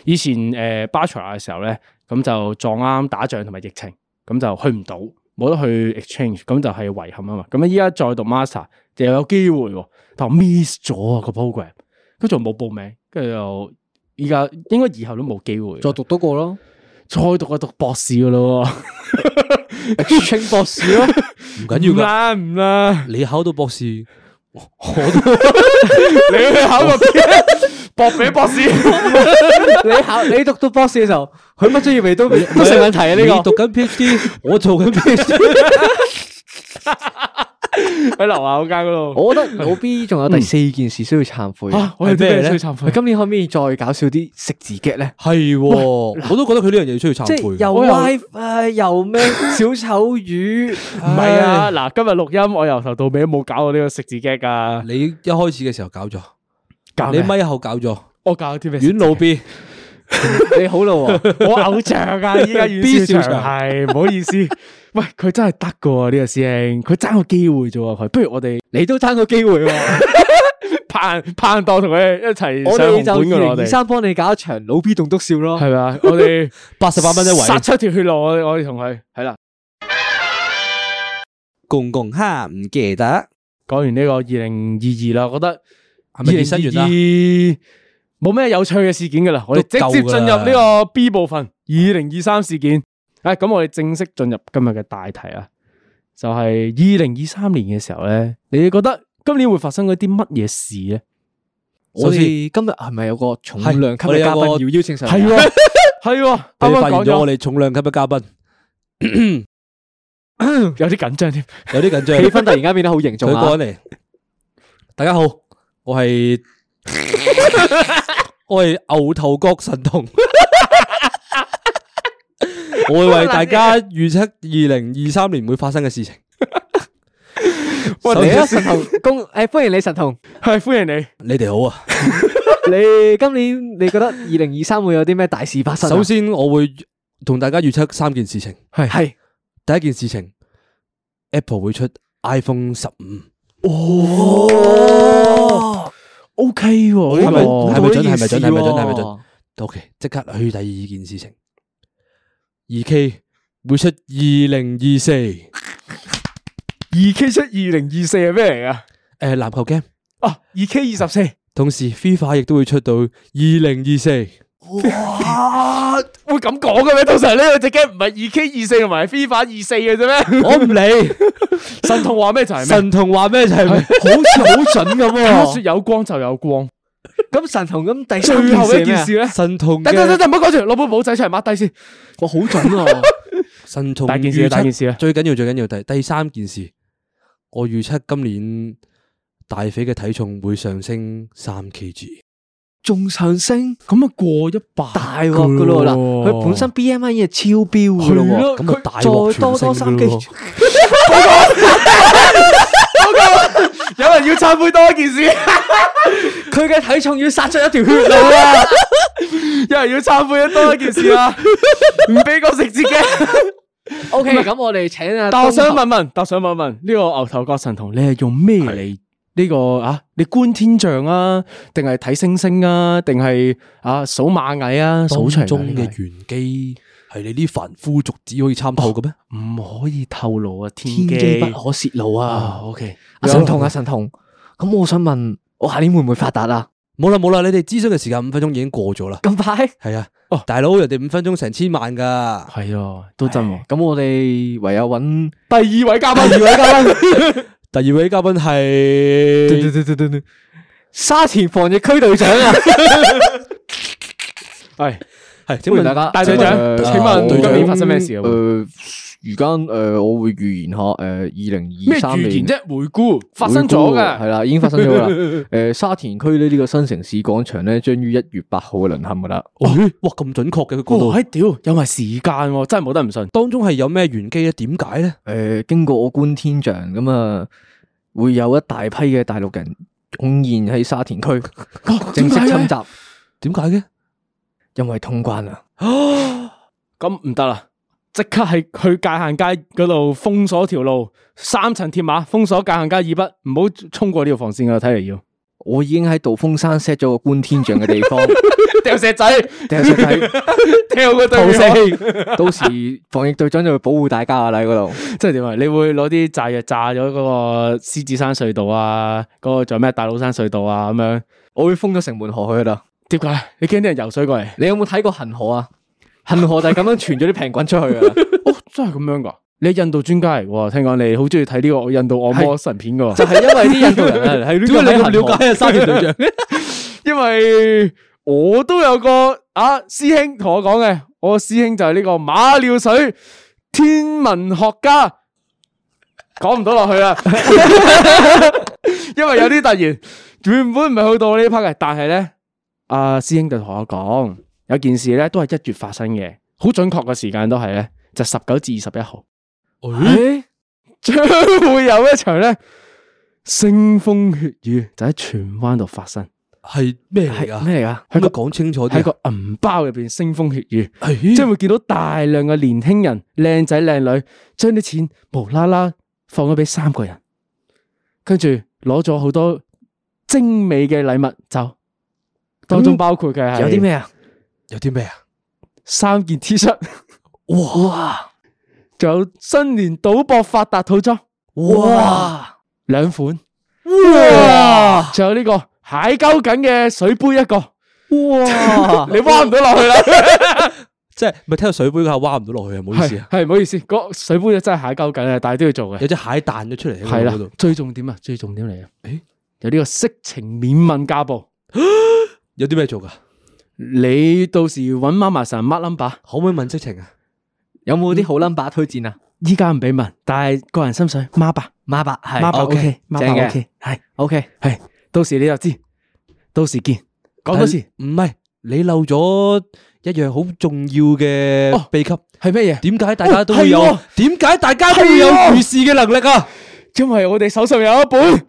以前誒 bachelor 嘅時候咧，咁就撞啱打仗同埋疫情，咁就去唔到，冇得去 exchange，咁就係遺憾啊嘛。咁依家再讀 master 就有機會喎，但我 miss 咗啊個 program，跟住我冇報名，跟住又依家應該以後都冇機會，再讀多個咯再讀就讀博士噶咯喎， ，exchange 博士咯，唔緊要唔噶，啦唔啦，你考到博士，你去考 [LAUGHS] 個博比博士， [LAUGHS] 你考你讀到博士嘅時候，佢乜專業未 [LAUGHS] 都都成問題啊你呢個讀。緊 PhD，我做緊 [LAUGHS] PhD，喺樓下嗰間嗰度。嗯我覺得老 B 仲有第四件事需要懺悔嘅。啊！我有啲係咩咩呢需要懺佢悔？今年可唔可以再搞笑啲食字 g 咧？係喎，我都覺得佢呢樣嘢需要懺即悔係嘅。又我又 wife 又 [LAUGHS] 咩小丑魚，唔係啊！嗱，今日錄音我由頭到尾都冇搞過呢個食字 g 噶，你一開始嘅時候搞咗，搞你咩咪後搞咗，我搞啲咩？遠路 B，你好 [LAUGHS] 啦喎，我偶像啊！依家 B 阮笑少場 [LAUGHS] 祥係唔好意思，喂，佢真係得噶喎呢個師兄，佢爭個機會啫喎，佢不如我哋你都爭個機會 [LAUGHS] 喎。盼盼檔同佢一齊我上哋紅就館噶二啦，零我二哋三幫你搞一場老 B 棟篤笑 [LAUGHS] 咯。係咪啊？我哋八十八蚊一殺位。出條血路，我哋我哋同佢係啦。公公哈唔記得，講完呢個二零二二啦，我覺得係咪熱身完啦2022冇咩有趣嘅事件噶啦，我哋直啊都夠接進入㗎啦呢個 B 部分二零二三事件。诶，咁我哋正式進入今日嘅大題啊，就係二零二三年嘅時候咧，你覺得今年會發生嗰啲乜嘢事咧？我首先哋今日係咪有個重量級係我哋嘅有嘉個賓要邀請上嚟係啊？ [LAUGHS] 喎，係喎，你啱發啱現講咗我咗，哋重量級嘅嘉賓，有啲緊張添。有啲緊張。氣氛突然間變得好凝重佢啊！過嚟，大家好，我係我係牛頭角神童，我會為大家預測二零二三年會發生嘅事情。喂，首你啊，先神童公，誒歡迎你 [LAUGHS] 神童。係歡迎你。你哋好啊！你今年你覺得二零二三會有啲咩大事發生啊？首先我會同大家預測三件事情。係係第一件事情，Apple 會出 iPhone 十五，哦， O K 喎，哦係呢咪個係咪準？係咪準？係咪準？係咪準？準？ OK，即刻去第二件事情。二 K 會出二零二四，誒二 K 出二零二四係咩嚟噶？籃球 game，啊，二 K 二十四。同時 FIFA 亦都會出到二零二四。啊，会咁讲嘅咩？通常呢兩只 game 唔系二 K 二四同埋 f i f a 二四嘅 [LAUGHS] 啫咩？我唔 [LAUGHS] 理，神童话咩就系咩，神童話咩就係咩。好似好準 [LAUGHS] 咁他说喎。有光就有光。咁神童咁第最三件后事一咩件啊事？咧，神童等等等嘅等，唔好讲住，攞本簿仔出嚟抹低先。我好準 [LAUGHS] 喎。神童大件事啊預測大件事啊最緊要最緊要第第三件事，我預測今年大肥嘅體重會上升三 kg。仲上升咁啊，过一百大鑊噶咯嗱，佢本身 BMI 已經係超標噶係咯咯喎，咁啊大再鑊多全多升三㗎幾咯喎，有人要忏悔多一件事，佢嘅體重要殺出一條血路啦！有人要忏悔多一件事啦。唔俾我食自己。 OK，咁我哋請啊，但我想問問，但我想問問呢個牛頭角神童，你係用咩嚟呢個啊？你觀天象啊，定係睇星星啊，定係啊數螞蟻啊，數出嚟當㗎中嘅呢個係玄機係你啲凡夫俗子可以參透嘅咩？唔可以透露啊，天天機機不可泄露啊啊！ ，OK，阿神童啊，神童，咁我想問，我下年會唔會發達啊？冇啦冇啦，你哋諮詢嘅時間五分鐘已經過咗啦。咁快？係啊，哦大佬人哋五分鐘成千萬㗎。係啊，都真喎。咁我哋唯有揾第二位嘉第二賓，位嘉賓，第二位嘉賓 [LAUGHS] 係 [LAUGHS] 沙田防疫區隊長啊！係係請歡迎問大家呃大隊長呃誒請隊問今長年發生咩事啊誒，而家誒，呃我會預言下誒，二零咩二三預年言啫？回顧發生咗係嘅，啦，已經發生咗啦。 [LAUGHS] 誒，沙田區呢呢個新城市廣場咧，將於一月八號嘅淪陷噶啦。哦咦哇咁準確嘅佢講哇！到，哎屌，有埋時間喎，真係冇得唔信。當中係有咩玄機咧？點解咧？誒，呃經過我觀天象咁啊，會有一大批嘅大陸人湧現喺沙 [LAUGHS] 田區，正式侵襲，點解嘅？因為通關啊啦。咁唔得啦，即刻係去界限街嗰度封鎖條路，三層鐵馬封鎖界限街以北，唔好衝過呢條防線噶啦，睇嚟要我已經喺道風山 set 咗個觀天象嘅地方， [LAUGHS] 掉石 [LAUGHS] 仔，掟石仔，掉個投對射射器， [LAUGHS] 器，到時防疫隊長就會保護大家噶啦喺嗰度。 [LAUGHS] 即係點啊？你會攞啲炸藥炸咗嗰個獅子山隧道啊，嗰、個仲有咩大老山隧道啊咁樣？我會封咗城門河去噶啦。點解？你驚啲人游水過嚟？你有冇睇過恒河啊？恒河就係咁樣傳咗啲平滾出 [LAUGHS] 去啊噶啦。哦，真係咁樣噶？你係印度專家嚟喎，聽講你好中意睇呢個印度按摩神片噶就。係因為啲印度人 [LAUGHS] 啊，係點解你咁亂了解啊？沙田隊長因為我都有個啊師兄同我講嘅，我師兄就係呢個馬料水天文學家，講唔到落去啦， [LAUGHS] 因為有啲突然，原本唔係去到呢 part 嘅，但係咧，阿、師兄就同我講，有件事咧都係一月發生嘅，好準確嘅時間都係咧，就十九至二十一號，哦 [LAUGHS] 誒將會有一場咧腥風血雨，就喺荃灣度發生。係咩嚟係噶？啊咩嚟噶？可唔可以講清楚喺啲啊？哎個銀包入邊腥風血雨，係即係會見到大量嘅年輕人、靚仔靚女，將啲錢無啦啦放咗俾三個人，跟住攞咗好多精美嘅禮物走，當中包括嘅係有啲咩啊？有啲咩啊？三件 T 恤，哇仲有新年賭博發達套裝哇兩款，哇仲有呢個蟹鳩緊嘅水杯一個，哇！你挖唔到落去啦。即係咪聽到水杯嗰下挖唔到落去啊？唔好意思係啊，係唔好意思，嗰水杯真係蟹鳩緊啊，但係都要做嘅。有隻蟹彈咗出嚟系喺啦嗰度，，最重點啊，最重點嚟啊！有呢個色情免問家暴，有啲咩做噶？你到時揾媽麻神 mark number，可唔可以問色情啊？有冇啲好 number 推薦啊？依家唔俾問，但係個人心水孖吧，孖八係啊孖吧哦 OK， OK，孖吧正嘅 OK，係 OK。係，到時你就知，到時見，講多次唔係你漏咗一樣好重要嘅哦秘笈，係咩嘢？點解大家都會有哦係喎？點解大家都會有係喎預示嘅能力啊？因為我哋手上有一本《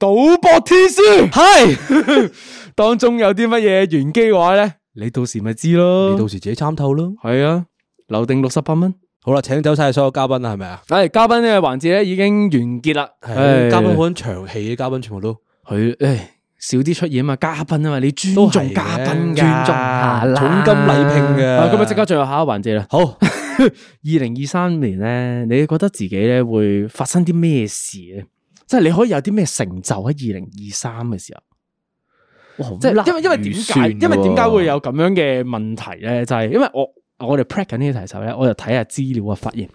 賭博天書》，係當中有啲乜嘢玄機嘅話咧，你到時咪知你咯到。時自己參透咯。係啊，留定六十八蚊。好啦，請走晒所有嘉賓啦，係咪啊？唉，嘉賓呢個環節咧已經完結啦。係嘉賓好。好撚長氣嘅嘉賓，全部都佢唉少啲出現啊嘛，嘉賓啊嘛，你尊都重係嘅嘉尊賓㗎，重下重啦金禮聘嘅。啊，咁啊即刻進入下一個環節啦。 [LAUGHS] 好，二零二三年咧，你覺得自己咧會發生啲咩事咧？即係你可以有啲咩成就喺二零二三嘅時候？即係因為因為點解？因為點解會有咁樣嘅問題咧？就係、因為我我哋 prep 緊呢啲題時候咧，我就睇下資料啊，發現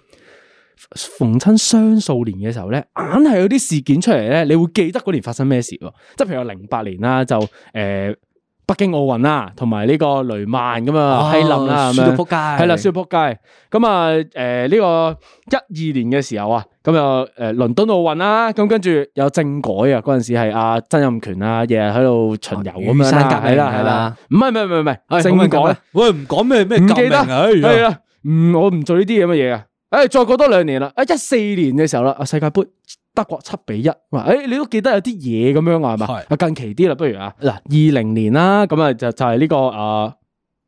逢親雙數年嘅時候咧，硬係有啲事件出嚟咧，你會記得嗰年發生咩事喎？即係譬如零八年啦，就誒、呃北京奧運啦，同埋呢個雷曼咁啊，希林啦，咁輸到樣仆街。係啦，燒仆街。咁啊，誒呢個一二年嘅時候啊，咁又誒倫敦奧運啦，咁跟住有政改啊，嗰陣時係阿曾蔭權啊，日日喺度巡遊咁樣哦雨啦，傘革命係啦係啦啊，唔係唔係唔係唔係哎政好改敏感啊，喂，唔講咩咩唔革記命得啊？哎呀係啦，唔我唔做呢啲咁嘅嘢啊。誒，再過多兩年啦，啊一四年嘅時候啦，啊世界盃德國七比一，哇！誒你都記得有啲嘢咁樣啊，係嘛？係啊近期啲啦，不如啊嗱二零年啦，咁啊就就係呢個啊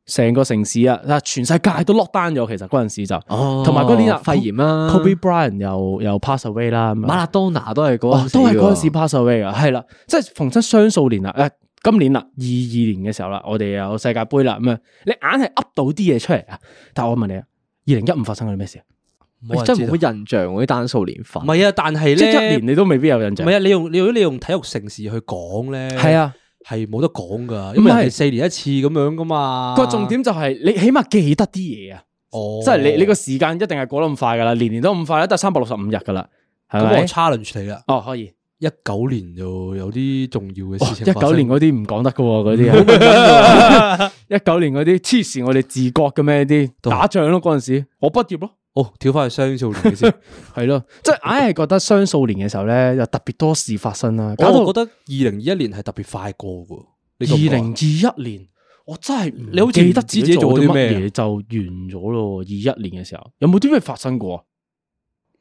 成個城市啊啊全世界都 lock down 咗，其實嗰陣時就。Ờ. 哦，同埋嗰年啊肺炎啦 Kobe Bryant 又又 pass away 啦，咁馬樣拉多拿都係嗰哦陣，都係係嗰陣時 pass away 啊，係啦，即係逢親雙數年啦，啊誒、今年啦，二二年嘅時候啦，我哋有世界盃啦，咁樣你硬係噏到啲嘢出嚟啊！但係我問你啊，二零一五發生咗啲咩事啊？冇人真係知道冇乜印象喎啲單數年份唔。係啊，但係即係一咧，年你都未必有印唔象，係啊，你用你如果你用體育城市去講咧，係啊，係冇得講噶，係因為人哋四年一次咁樣噶嘛。個重點就係你起碼記得啲嘢啊，哦，即係你你個時間一定係過得咁快噶啦，年年都咁快啦，得三百六十五日噶啦，係咁我咪？ challenge 你啦，哦，可以，一九年就有啲重要嘅事哦一情發生。九年嗰啲唔講得噶喎，嗰啲啊， [LAUGHS] 一九年嗰啲黐線，我哋自覺嘅咩啲打仗咯嗰陣時，我畢業咯，哦，跳翻去雙少年嘅 [LAUGHS] 先。係咯，即係硬係覺得雙數年嘅時候咧，又特別多事發生啦，搞哦我到覺得二零二一年係特別快過嘅。你覺二唔覺啊零二一年，我真係你好似記得唔知自己做咗咗啲咩乜嘢就完咗咯。二一年嘅時候，有冇啲咩發生過啊？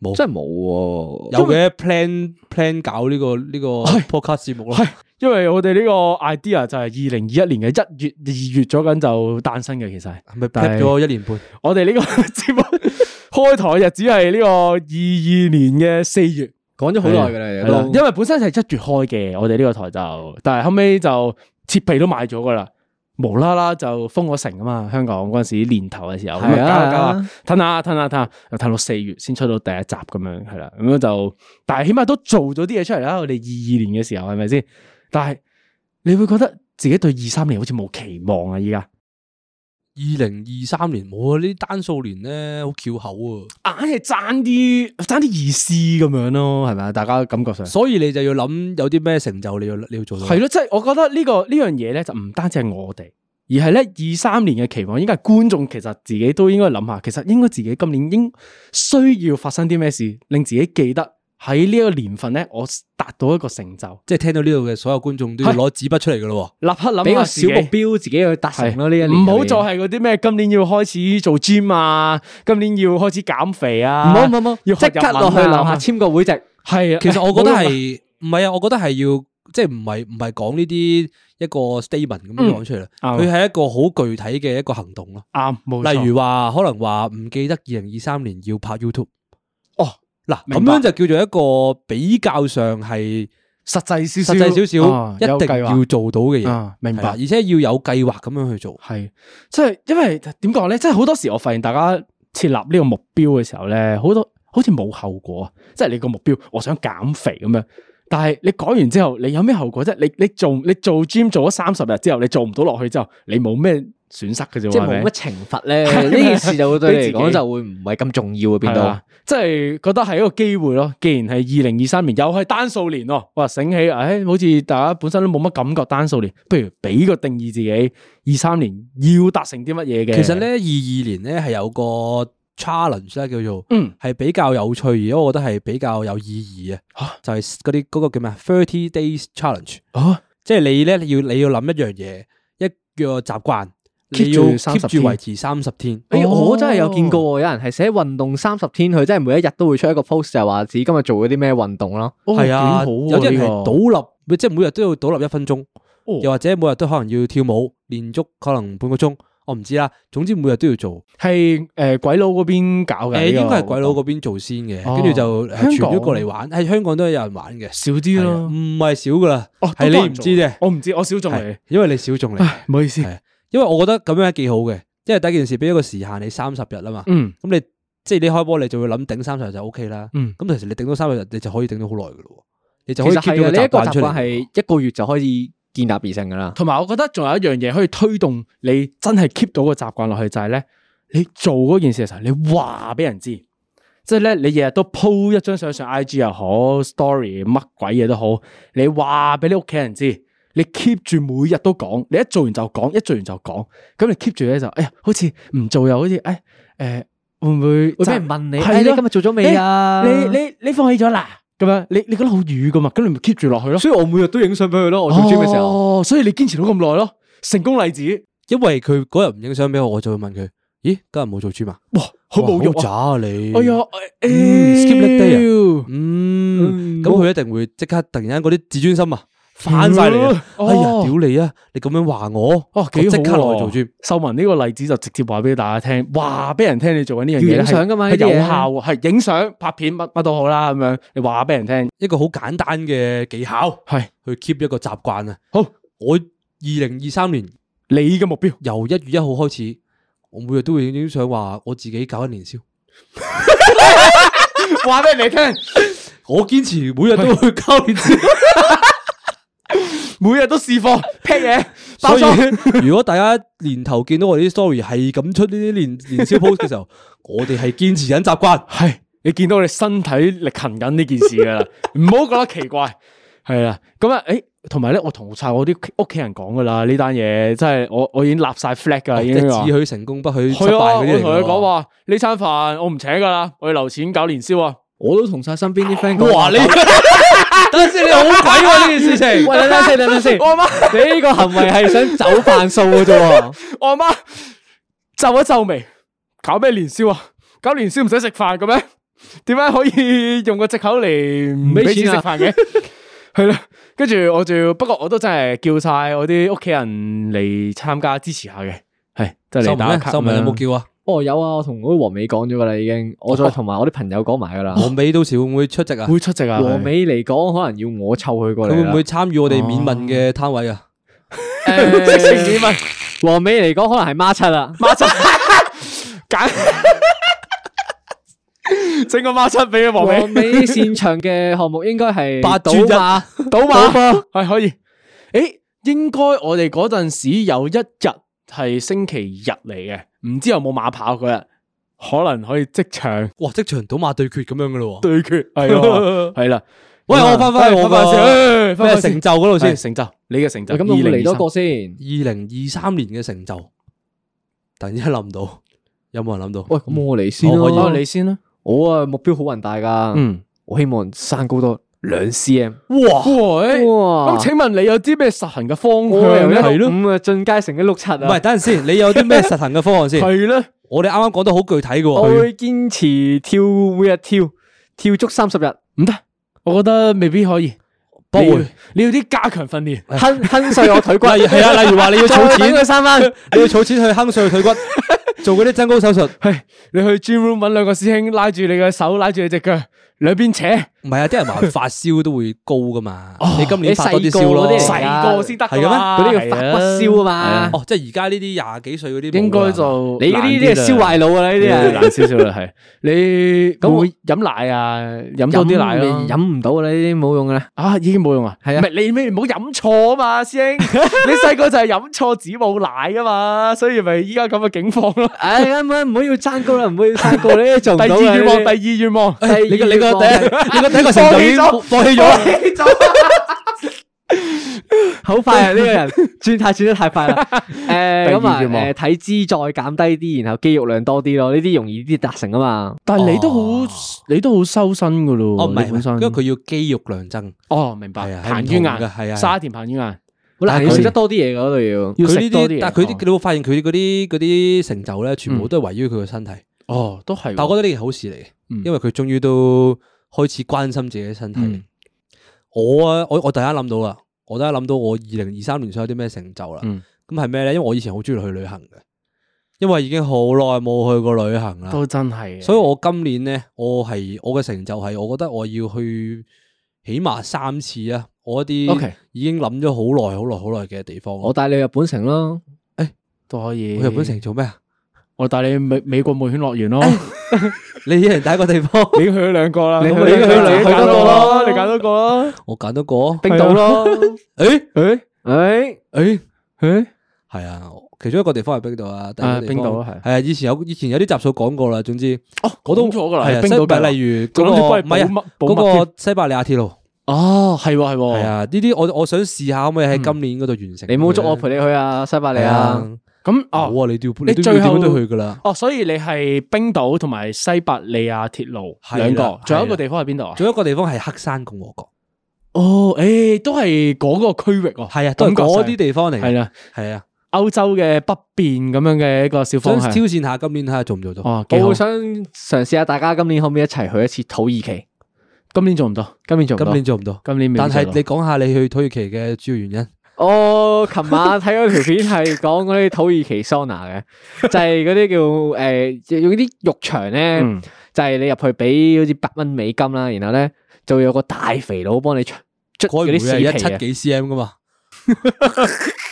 冇真系冇喎。有嘅 plan plan 搞呢個呢個係 podcast 節目啦。係因為我哋呢個 idea 就係二零二一年嘅一月、二月咗緊就誕生嘅，其實係係咪但 plan 係咗一年半？我哋呢 [LAUGHS] 個節目開台嘅日子係呢個二二年嘅四月，講咗好耐噶係啦啦，，因為本身係一月開嘅，我哋呢個台就，但係後尾就設備都買咗噶啦，無啦啦就封咗城啊嘛，香港嗰陣時年頭嘅時候，咁係搞下啊搞下褪下褪下褪下，又褪到四月先出到第一集咁樣，係啦，咁樣就，但係起碼都做咗啲嘢出嚟啦。我哋二二年嘅時候係咪先？但係你會覺得自己對二三年好似冇期望啊！依家二零二三年冇啊！呢啲單數年咧好翹口啊，硬係爭啲爭啲意思咁樣咯，係咪啊？大家感覺上所以你就要諗有啲咩成就你要你要做到。係咯，即係我覺得呢、個呢樣嘢咧，就唔單止係我哋。而係咧，二三年嘅期望應該係觀眾，其實自己都應該諗下，其實應該自己今年應需要發生啲咩事，令自己記得喺呢一個年份咧，我達到一個成就。即係聽到呢度嘅所有觀眾都要攞紙筆出嚟噶咯立刻諗俾下個小自己目標自己去達成咯呢一年。唔好再係嗰啲咩，今年要開始做 gym 啊，今年要開始減肥唔啊，好唔好唔好，要即刻落去樓下簽個會籍。係喎。，啊其實我覺得係唔係啊？我覺得係要即係唔係唔係講呢啲一個 statement 嗯咁樣講出嚟啦。啱佢係一個好具體嘅一個行動咯。啊啱，啊冇錯例如話可能話唔記得二零二三年要拍 YouTube 哦，嗱，咁明白樣就叫做一個比較上係實際少實少，際少少，啊有一定計劃要做到嘅嘢，啊，明係啦白。而且要有計劃咁樣去做。係，即係因為點講咧，即係好多時我發現大家設立呢個目標嘅時候咧，好多好似冇後果啊！即係你個目標，我想減肥咁樣，但係你講完之後，你有咩後果啫？你你做你做 gym 做咗三十日之後，你做唔到落去之後，你冇咩損失嘅啫喎， [LAUGHS] 即係係咪冇乜懲罰咧，呢件事就會對你嚟俾講自己就會唔係咁重要啊，變係到啦即係覺得係一個機會咯。既然係二零二三年又係單數年喎，哇醒起，誒、好似大家本身都冇乜感覺單數年，不如俾個定義自己二三年要達成啲乜嘢嘅。其實咧，二二年咧係有個 challenge 咧，叫做嗯係比較有趣，而我覺得係比較有意義嘅，嚇就係嗰啲嗰個叫咩？Thirty 啊 Days Challenge，啊，即係你咧要你要諗一樣嘢，一個習慣，你 keep 要住 keep 30住天維持三十天。诶，哦我真係有見過喎，有人係寫運動三十天，佢真係每一日都會出一個 post 就係話自己今日做咗啲咩運動咯。哦係啊，幾好喎有啲人呢個係倒立，即係每日都要倒立一分鐘，哦又或者每日都可能要跳舞，連續可能半個鐘，我唔知啦。總之每日都要做。係诶鬼佬嗰邊搞誒，嘅，呢個哎應該係鬼佬嗰邊做先嘅，哦跟住就誒香港傳咗過嚟玩。喺香港都有人玩嘅，少啲係啊咯。唔係少噶啦，哦，係都多你人唔做知啫，我唔知，我少做係嚟，因為你小眾嚟。唉，唔好意思係。因為我覺得咁樣係幾好嘅，因為第一件事俾一個時限你三十日啊嘛，嗯，咁你即係你開波你就會諗頂三十日就 O K 啦。嗯咁其實你頂到三十日，你就可以頂到好耐噶咯喎，你其就可以實 keep 係咗啊個嘅，呢一習個慣習出慣嚟。係一個月就可以建立而成噶啦。同埋我覺得仲有一樣嘢可以推動你真係 keep 到個習慣落去，就係咧，你做嗰件事嘅時候，你話俾人知。即係咧，你日日都 po 一張相上 IG 又好，story 乜鬼嘢都好，你話俾你屋企人知，你 keep 住每日都講，你一做完就講，一做完就講，咁你 keep 住咧就，哎呀，好似唔做又好似，哎，誒、會唔會會俾責人問你，係哎，你咯今日做咗未啊？你你你放棄咗啦，咁樣你你覺得好瘀噶嘛，咁你咪 keep 住落去咯。所以我每日都影相俾佢咯，我做 gym 嘅時候。哦，所以你堅持到咁耐咯，成功例子，因為佢嗰日唔影相俾我，我就會問佢：咦，今日冇做 gym 啊？哇，好哇冇用渣啊！啊你！哎呀哎嗯，skip leg day 嗯，咁佢一定會即刻突然間嗰啲自尊心啊翻晒嚟啊！嗯哎呀，哦屌你啊！你咁樣話我，哦，幾好我即刻落去喎做 gym。秀文呢個例子就直接話俾大家聽，話俾人聽你做緊呢樣嘢要影相㗎嘛係呢啲嘢係有效喎，係影相、拍片乜乜都好啦，咁樣你話俾人聽，一個好簡單嘅技巧係去 keep 一個習慣啊。好，我二零二三年你嘅目標由一月一號開始，我每日都會影張相話我自己搞一年宵。話俾你聽，我堅持每日都去搞年 [LAUGHS] 宵。每日都試貨劈嘢，包所裝以如果大家年頭 [LAUGHS] 見到我哋啲 story 係咁出呢啲年年宵 post 嘅時候，我哋係堅持緊習慣。係你見到你身體力行緊呢件事 [LAUGHS] 噶啦，唔好覺得奇怪。係啦，咁啊，诶，同埋咧，我同晒我啲屋企人講噶啦，呢單嘢真係我我已經立晒 flag 噶啦，啊已哦即經話係只許成功不許失敗係啊，嗰我啲嚟同佢㗎喎講，話呢餐飯我唔請噶啦，我要留錢搞年宵啊。我都同晒身邊啲 friend 啊講哇！話你等陣先你好鬼喎呢件事情。 [LAUGHS] 喂，等等先，等等先，我阿媽，你呢個行為係想走飯數嘅啫喎。 [LAUGHS] 我阿媽皺一皺眉，搞咩年宵啊？搞年宵唔使食飯嘅咩？點解可以用個藉口嚟唔俾錢食飯嘅？ [LAUGHS] 係啦，跟住我仲要，不過我都真係叫晒我啲屋企人嚟參加支持下嘅，係即係秀嚟文打咧，卡秀文有冇咁樣叫啊？哦，有啊，我同嗰個黃美講咗噶啦，已經，我再同埋我啲朋友講埋噶啦。黃美到時會唔會出席啊？會出席啊？ [LAUGHS] 黃美嚟講，可能要我湊佢過佢嚟會啦唔 [LAUGHS] 會參與我哋免問嘅攤位啊？直情點啊？黃美嚟講，可能係孖七啦。孖七揀整個孖七俾黃黃尾美擅長嘅項目應該係八賭轉一馬，賭馬係可以。诶，應該我哋嗰陣時有一日係星期日嚟嘅，唔知有冇馬跑嗰日，可能可以即場哇！即場賭馬對決咁樣嘅咯喎。對決，係 [LAUGHS] 咯，係啦。喂，我翻返去我翻個先，咩成就嗰度先先。成就，你嘅成就。咁我2023嚟多個先。二零二三年嘅成就，突然之間諗唔到，有冇人諗到？喂，咁我嚟先我哦，咯。你先啦。我啊目標好宏大噶，嗯，我希望生高多兩 cm。哇，哇咁請問你有啲咩實行嘅方我由向咧？一六五啊，進階成一六七啊。唔係，等陣先，你有啲咩實行嘅方案先？係咧，我哋啱啱講得好具體嘅我喎，會堅持跳每日跳，跳足三十日，唔得，我覺得未必可以。不你要會你要啲加強訓練。哼哼碎我腿骨。例如係啊，例如話你要儲再等佢錢，三蚊。你要儲錢去坑碎腿骨，做嗰啲增高手術。系你去 gym room 揾两个师兄拉住你嘅手，拉住你只脚，两边扯，唔係啊，啲人 [LAUGHS] 話發燒都會高噶嘛，哦你今年你發多啲啊細個燒咯嗰。啲嚟細㗎個先得㗎係嘅咩嘛嗰啲叫發骨燒啊嘛。哦，即係而家呢啲廿幾歲嗰啲冇啦，应 [LAUGHS] 该就你呢啲係壞燒壞腦啊！呢啲係。难少少啦，系 [LAUGHS] 你咁會飲奶啊，飲多啲奶咯，饮唔到啦，呢啲冇用噶啦。啊已經冇用啊，係啊唔係你咩唔好飲錯啊嘛，師 [LAUGHS] 兄，你細個就係飲錯子母奶啊嘛，所以咪依家咁嘅境況咯。唉，啱啱唔好要爭高啦，唔好要爭高，呢啲做唔第到二嘅願望，呢第啲二願望，第二你個你個願望第一你個第一個成就已經放棄咗放棄咗啦。 [LAUGHS] 好快啊！呢個人轉態轉得太快 [LAUGHS] 啦。诶，咁啊，願望诶，體脂再減低啲，然後肌肉量多啲咯，呢啲容易啲達成啊嘛。但係你都哦好，你都好修身噶咯，哦，唔你本係，身因為佢要肌肉量增。哦明係啊白，係彭唔于晏同㗎係啊係啊沙田彭于晏。好難但係要佢食得多啲嘢㗎嗰度要。要佢食呢多啲啲嘢，哦但係佢啲，你會發現佢嗰啲嗰啲成就咧，全部都係圍繞佢個身體。哦，都係喎。但我覺得呢件好事嚟嗯嘅，因為佢終於都開始關心自己嘅身體嗯。我啊，我我突然間諗到啦，我突然間諗到我二零二三年想有啲咩成就啦。嗯咁係咩咧？因為我以前好中意去旅行嘅，因為已經好耐冇去過旅行啦。都真係嘅，所以我今年咧，我係我嘅成就係，我覺得我要去起碼三次啊！我一 OK 啲已經諗咗好耐、好耐、好耐嘅地方。我帶你去日本城咯，都可以。去日本城，做咩啊？ [LAUGHS] 我帶你去美美國冒險樂 [LAUGHS] 園咯。你一人第一個地 [LAUGHS] 方，你去咗兩個啦，你咁啊去你咗兩個自己揀去多個咯，咯你揀多個啦。我揀多個。冰島咯。誒誒 [LAUGHS] 诶，誒，誒，係啊，其中一個地方係冰島啊，第二個地啊冰方島啊係係啊，以前有以前有啲集數講過啦。總之，哦，我都咗噶啦，係啊，冰西島伯嘅利如仲嗰諗住個唔幫係你補啊乜，補乜嗰添個西伯利亞鐵路哦，係喎係係喎。啊，呢啲我我想試下可唔可以喺今年嗰度完成佢咧。你唔好捉我陪你去啊，西伯利係亞。啊，咁好哦，啊，你都要你你都最要點後樣都去㗎啦。哦，所以你係冰島同埋西伯利亞鐵路係啦兩個，仲有係一個啦地方係邊度啊？仲有一個地方係黑山共和國，哦，誒，都係嗰個區域喎。係啊，都係感覺上嗰啲地方嚟。係，啦，係啊，歐洲嘅北邊咁樣嘅一個小想方向挑。戰下今年睇下做唔做到。哦，幾我好會。想嘗試下，大家今年可唔可以一齊去一次土耳其？今年做唔到，今年做唔今到年。做唔到，今年未但係做到你講下你去土耳其嘅主要原因。我哦琴晚睇嗰條片係講嗰啲土耳其桑拿嘅，就係嗰啲叫诶、呃用啲浴場咧，嗯就係你入去俾好似八蚊美金啦，然後咧就會有個大肥佬幫你捽捽嗰嗰啲啲係一屎皮七啊。幾 cm 噶嘛，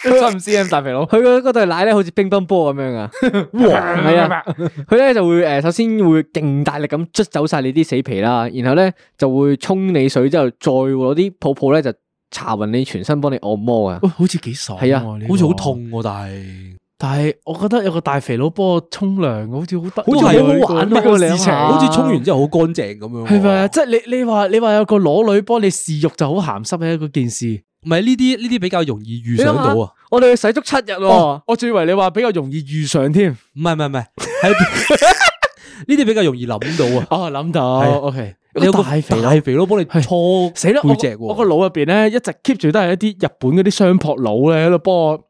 真唔知 M 大肥佬。佢嗰嗰對奶咧好似乒乓波咁樣啊，係啊，佢咧就會诶、呃首先會勁大力咁捽走晒你啲死皮啦，然後咧就會沖你水之後，再攞啲泡泡咧就搽匀你全身幫你按摩啊。哦喂，好似幾爽喎，係啊呢個好似好，痛喎，但係但系我覺得有個大肥佬幫我沖涼，好似好得，好似係好好玩咯唔係個事情，好似沖完之後好乾淨咁樣。係咪啊？？即係你你話你話有個裸女幫你試浴就好鹹濕嘅嗰件事。唔係呢啲呢啲比較容易預想到啊。我哋去洗足七日喎哦，，我仲以為你話比較容易遇上添。唔係唔係唔係，係 [LAUGHS] 呢啲比較容易諗到啊。哦，諗到係，OK，你有個個大肥佬大肥佬幫你係搓死啦！我背個脊喎。我個腦入邊咧一直 keep 住都係一啲日本嗰啲相撲佬咧喺度幫我，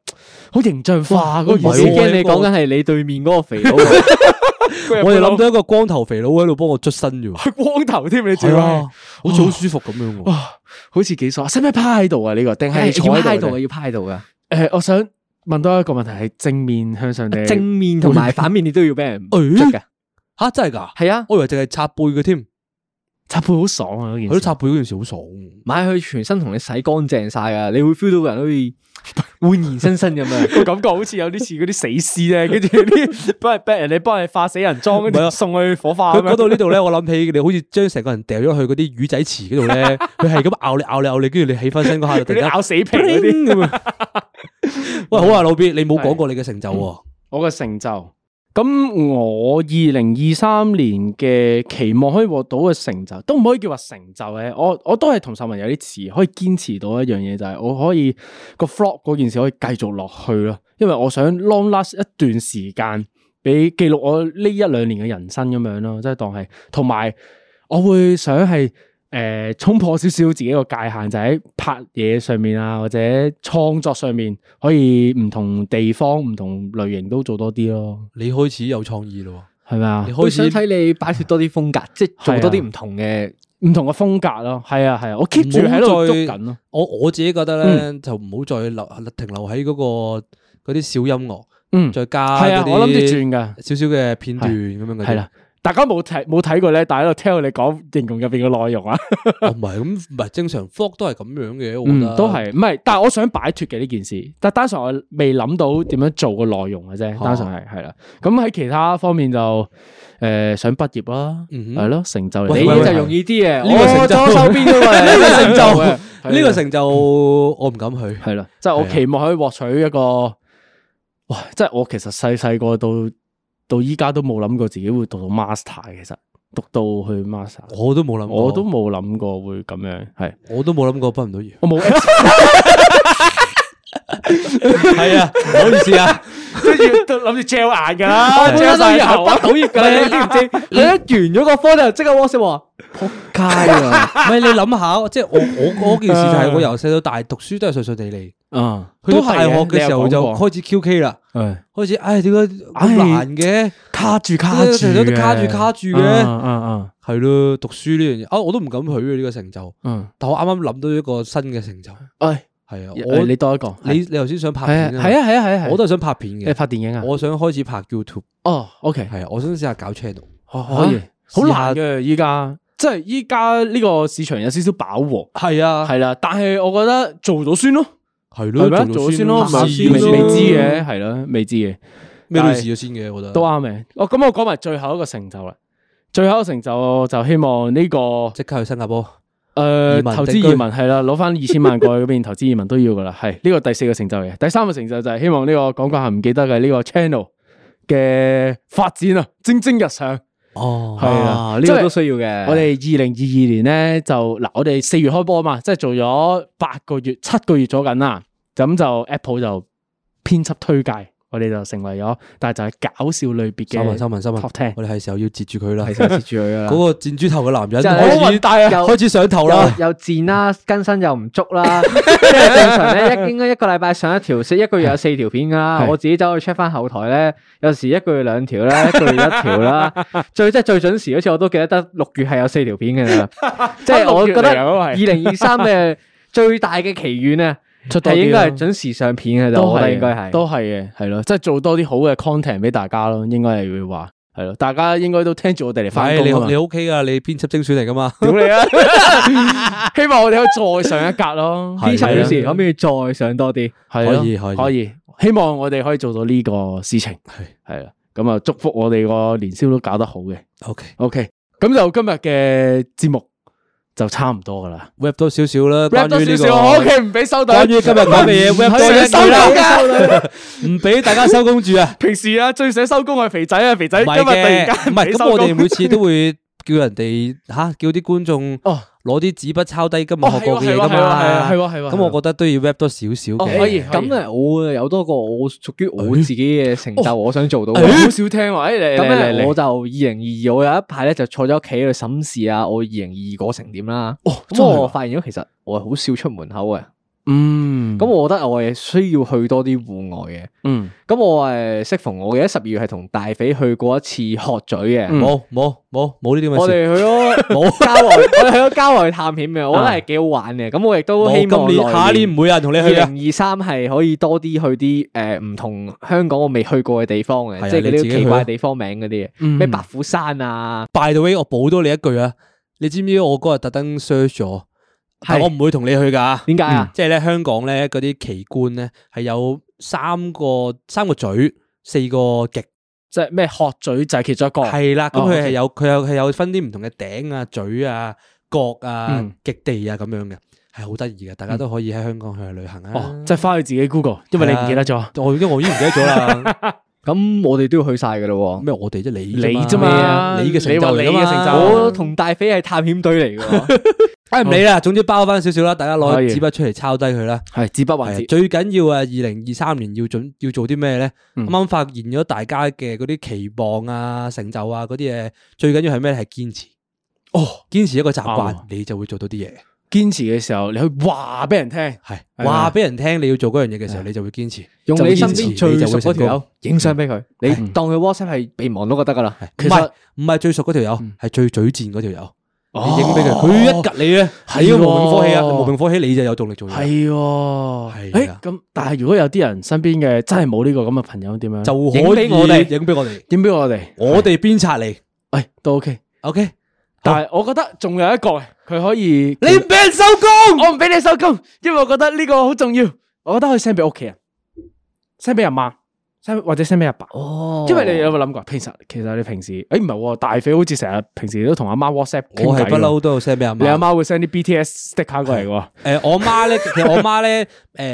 好形象化嗰我啊個原原先先驚你講緊係你對面嗰個 [LAUGHS] 肥佬啊，我哋諗到一個光頭肥佬喺度幫我捽身啫喎。係光頭添，你仲係啊係，好似好舒服咁樣喎。哇，好似幾爽，使唔使趴喺度啊？呢個定係坐要喺喺度度啫嘅，？要趴喺度嘅，誒，我想問多一個問題，係正面向上定係正面同埋哎反面你都要俾人捽誒嘅，吓真係㗎？係啊，我以為淨係擦背嘅添，插背好爽啊！嗰件佢事都擦背嗰件事好爽。買佢全身同你洗乾淨晒啊，你會 feel 到個人好似煥然新身咁啊樣。 [LAUGHS] 個感覺好似有啲似嗰啲死屍咧，跟住 [LAUGHS] 啲幫幫人哋幫你化死人裝，唔跟係住啊送去火化佢咁樣嗰度呢度咧，我諗起你好似將成個人掉咗去嗰啲魚仔池嗰度 [LAUGHS] 咧，佢係咁咬你咬你咬你，跟住你起翻身嗰下就突嗰然啲間咬死皮嗰啲。咁啊！ [LAUGHS] 喂，好啊，老 B，你冇講過你嘅成就喎。我嘅成就。咁我二零二三年嘅期望可以獲到嘅成就，都唔可以叫話成就嘅。我我都係同秀文有啲似，可以堅持到一樣嘢就係、我可以個 flog 嗰件事可以繼續落去咯，因為我想 long last 一段時間，俾記錄我呢一兩年嘅人生咁樣咯，即係當係。同埋我會想係誒衝呃破少少自己個界限，就喺拍嘢上面啊，或者創作上面，可以唔同地方、唔同類型都做多啲咯，你開始有創意咯係咪啊喎，你？我開想始睇你擺脱多啲風格，即係做多啲唔同嘅。唔同嘅風格咯，係啊係啊，我 keep 住喺度捉緊咯，我我自己覺得嗯咧，就唔好再留停留喺嗰個嗰啲小音樂，嗯，再加係啊嗰，啲我諗住轉㗎。少少嘅片段咁樣嘅。係啦，大家冇睇冇睇過咧，但係喺度聽我哋講形容入邊嘅內容啊，哦，唔係咁，唔係正常 vlog 都係咁樣嘅， [LAUGHS] 我覺嗯得都係唔係？但係我想擺脱嘅呢件事，但係單純我未諗到點樣做個內容嘅啫，哦單純係係啦。咁喺其他方面就誒想畢業啦，嗯哼係咯，成就喂你喂喂就容易啲嘅，呢個成我就左手邊啊嗰個 [LAUGHS] 係呢個成就嘅呢個成就，我唔敢去。係啦，即係我係啊期望可以獲取一個，哇！即係我其實細細個到到依家都冇諗過自己會讀到 master，其實讀到去 master，我都冇諗過，我都冇諗過會咁樣，係我都冇諗過畢唔到業。我冇。 [LAUGHS] 係啊，唔好意思啊。跟住都諗住嚼眼噶啦，我嚼哦真晒頭係由啊畢！到業㗎啦，你知唔知？你一完咗個科就即刻 WhatsApp 話仆街啊！唔係你諗下，即係我我嗰件事就係我由細到大讀書都係順順利利，嗯，去到大學嘅時候就開始 QK 啦，開始唉點解咁難嘅？卡住卡住住，嘅啊嗯嗯係咯，讀書呢樣嘢啊，我都唔敢許嘅呢個成就。嗯，但我啱啱諗到一個新嘅成就，哎，係啊，我我你多一個，你你頭先想拍係片啊係啊係啊係啊，我都係想拍片你嘅，拍電影啊？我想開始拍 YouTube，哦，OK，係啊，我想試下搞 channel。可以，啊好試下難嘅依家，即係依家呢個市場有少少飽和，係啊，係啦，但係我覺得做咗先咯，係係咪咯，啊做咗先咯，咯，拍下試未未先咯未知嘅，係啦，未知嘅。咩都要試咗先嘅，我覺得都啱嘅。我咁我講埋最後一個成就啦。最後一個成就就希望呢、個即刻去新加坡。诶、移民投資定居移民係啦，攞翻二千萬過去嗰邊投資移民都要噶啦，係呢、個第四個成就嘅。第三個成就就係希望呢、個講講下唔記得嘅呢個 channel 嘅發展啊，蒸蒸日上。哦係啊啊，呢即係個都需要嘅。我哋二零二二年咧就嗱，我哋四月開波啊嘛，即係做咗八個月、七個月咗緊啦。咁就 Apple 就編輯推介，我哋就成為咗，但係就係搞笑類別收埋嘅收埋收埋 top ten。我哋係時候要截住佢啦。係就接住佢啦。嗰個箭豬頭嘅男人真係開始好混蛋啊開始上頭啦。又又賤啦，更新又唔足 [LAUGHS] 啦，即係正常咧，一應該一個禮拜上一條，一個月有四條片噶啦。係我自己走去 check 翻後台咧，有時一個月兩條啦，一個月一條 [LAUGHS] 啦，最即係最準時好似我都記得得六月係有四條片 [LAUGHS] 嘅啦。即係我覺六得月嚟㗎嗰個係二零二三 [LAUGHS] 嘅最大嘅祈願啊，出多係啲應該咯係準時上片嘅就，都啊我覺係得應該係。都係嘅，係咯，即係做多啲好嘅 content 俾大家咯，應該係會話係咯，大家應該都聽住我哋嚟翻係工啊你嘛你 OK 噶，你編輯精選嚟噶嘛？屌你 [LAUGHS] 啊！希望我哋可以再上一格咯，係編輯係有啊時可唔可以再上多啲？係 [LAUGHS] 咯可以可以可以，希望我哋可以做到呢個事情，係係啦，咁啊祝福我哋個年宵都搞得好嘅。 OK， OK，咁就今日嘅節目就差唔多噶啦。 rap 多少少啦，關 rap 多於少呢個少，我屋企唔俾收袋。關於今日講嘅嘢唔係 rap 多一收啲啦檔 [LAUGHS] 㗎唔俾大家收工住啊！平時啊，最想收工係肥仔啊，肥仔唔 [LAUGHS] 今係日突嘅，然間唔係係咁，我哋每次都會叫人哋吓，叫啲觀眾哦攞啲紙筆抄低今日哦學過嘅嘢係喎噶係喎係喎嘛，係喎係喎咁我覺得都要 rap 多少少嘅，哦可以咁咧，我啊有多個我屬於我自己嘅成就，我想做到嘅。好少聽話。哦誒嚟咁嚟嚟咧，嚟我就二零二二，我有一排咧就坐咗屋企喺度審視啊，我二零二二過程點啦。哦咁真係我啊發現咗其實我係好少出門口嘅，啊嗯咁我覺得我係需要去多啲戶外嘅。嗯咁我誒適逢我記得十二月係同大肥去過一次鶴咀嘅，冇冇冇冇嗯呢啲咁嘅我事。哋去 [LAUGHS] 咗冇郊外，我哋去咗郊外探險嘅，我覺得係幾好玩嘅。咁我亦都希望啊冇今年下一年唔會有人同你二去啊！零二三係可以多啲去啲誒唔同香港我未去過嘅地方係啊嘅，即係嗰你自己啲去奇啊怪地方名嗰啲嘅，嗯咩白虎山啊， By the way，我補多你一句啊，你知唔知我嗰日特登 search 咗，但係我唔會同你去噶。點解啊？即係咧，香港咧嗰啲奇觀咧係有三個三個嘴，四個極。即係咩學嘴就係其中一個。系啦，咁哦佢係 OK 有佢有佢有分啲唔同嘅頂啊、嘴啊、角啊嗯、極地啊咁樣嘅，係好得意嘅，大家都可以喺香港去旅行啊。哦，即係翻去自己 Google，因為你唔記得咗。我因為我已經唔記得咗 [LAUGHS] 啦，咁我哋都要去晒噶咯咩我哋啫你你啫嘛你嘅成就嚟㗎你話你嘅成喎。就嘛，我同大肥係探險隊嚟嘅，唉哎唔理啦，總之包翻少少啦，大家攞可以支筆出嚟抄低佢啦。係指不係還啊節。最緊要啊，二零二三年要準要做啲咩咧？嗯啱啱發現咗大家嘅嗰啲期望啊、成就啊嗰啲嘢，最緊要係咩咧？係堅持。哦，堅持一個習啱慣啊，你就會做到啲嘢。堅持嘅時候，你去話俾人聽。系话係嘛俾人聽你要做嗰樣嘢嘅時候，你就會堅持。用就你堅身持邊你最就熟會嗰成功條友影相俾佢，你當佢 WhatsApp 係備忘錄就得噶啦。唔其嗯實係唔係最熟嗰條友，係最嘴賤嗰條友。你影俾佢，哦佢一及你咧，係你要無名火氣啊！喎無名火氣你就有動力做嘢，係喎，係誒啊咁，但係如果有啲人身邊嘅真係冇呢個咁嘅朋友，點樣就可以影俾我哋影俾我哋，點俾我哋？我哋鞭策你。喂，都 OK。 OK，但係我覺得仲有一個，佢可以你唔俾人收工，我唔俾你收工，因為我覺得呢個好重要。我覺得可以 send 俾屋企人，send 俾阿媽，send 或者 send 俾阿爸。哦因為你有冇諗過？平時其實你平時，哎誒唔係喎，大肥好似成日平時都同阿媽 WhatsApp 傾偈我係不喎嬲都有 send 俾阿媽。你阿媽會 send 啲 BTS sticker 過嚟喎。誒我媽 [LAUGHS] 咧，其實我媽咧，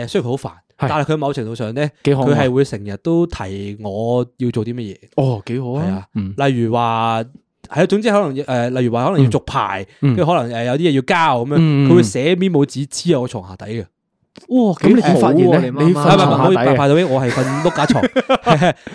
誒雖然佢好煩，係但係佢某程度上咧，幾可啊佢愛係會成日都提我要做啲乜嘢。哦，幾好係啊啊！嗯例如話係啊，總之可能誒、呃例如話可能要續牌，嗯跟住、可能誒有啲嘢要交咁樣，佢、嗯嗯會寫 memo 紙黐喺我床下底嘅。哇，咁你點發現咧？你唔係唔係瞓唔係，啊床我下要底排到尾，我係瞓碌架 [LAUGHS] 床，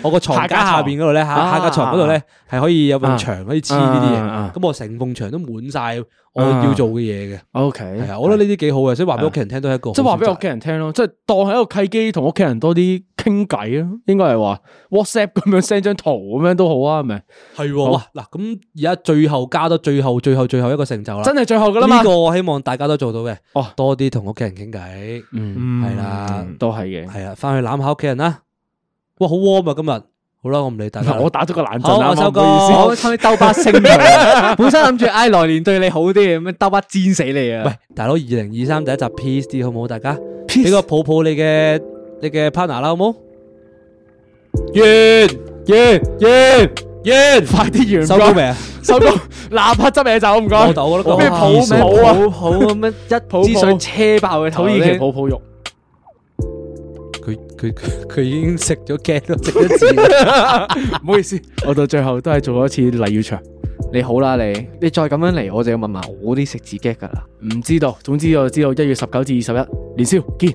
我個床架下邊嗰度咧，下下架床下架床嗰度咧係可以有埲牆可以黐啊啊呢啊啲嘢，咁我成埲牆都滿晒我要做嘅嘢嘅。 O K，係啊，我覺得呢啲幾好嘅，所以話俾屋企人聽都係一個好即係話俾選擇屋企人聽咯，即係當係一個契機，同屋企人多啲傾偈咯。應該係話 WhatsApp 咁樣 send 張圖咁樣都好啊，係咪？係喎。哇嗱，咁而家最後加多最後最後最後一個成就啦，真係最後噶啦嘛呢。個我希望大家都做到嘅。哦多啲同屋企人傾偈，嗯係啦都係嘅。係啊，翻去攬下屋企人啦。哇，好 warm 啊今日。好啦，我唔理大家啦。我打咗個冷震好啦，我收啱啱工唔好意思我差啲兜把星佢， [LAUGHS] 本身諗住唉來年對你好啲，咁樣兜把煎死你啊！喂，大佬，二零二三第一集 peace 啲好唔好？大家俾個抱抱你嘅你嘅 partner 啦，好冇？完完完完，快啲完，收工未啊？收工，嗱拍執嘢走，唔該。我就我都覺得 아, 咩好抱意思抱啊？哦哦抱抱咁樣一支水車爆佢土頭耳其咧，抱抱肉，佢佢佢佢已經食咗驚咯，食咗字啦。唔好意思，我到最後都係做咗一次黎耀祥，你好啦你，你再咁樣嚟，我就要問埋我啲食字 g 噶啦。唔知道，總之我就知道一月十九至二十一年宵見，嗯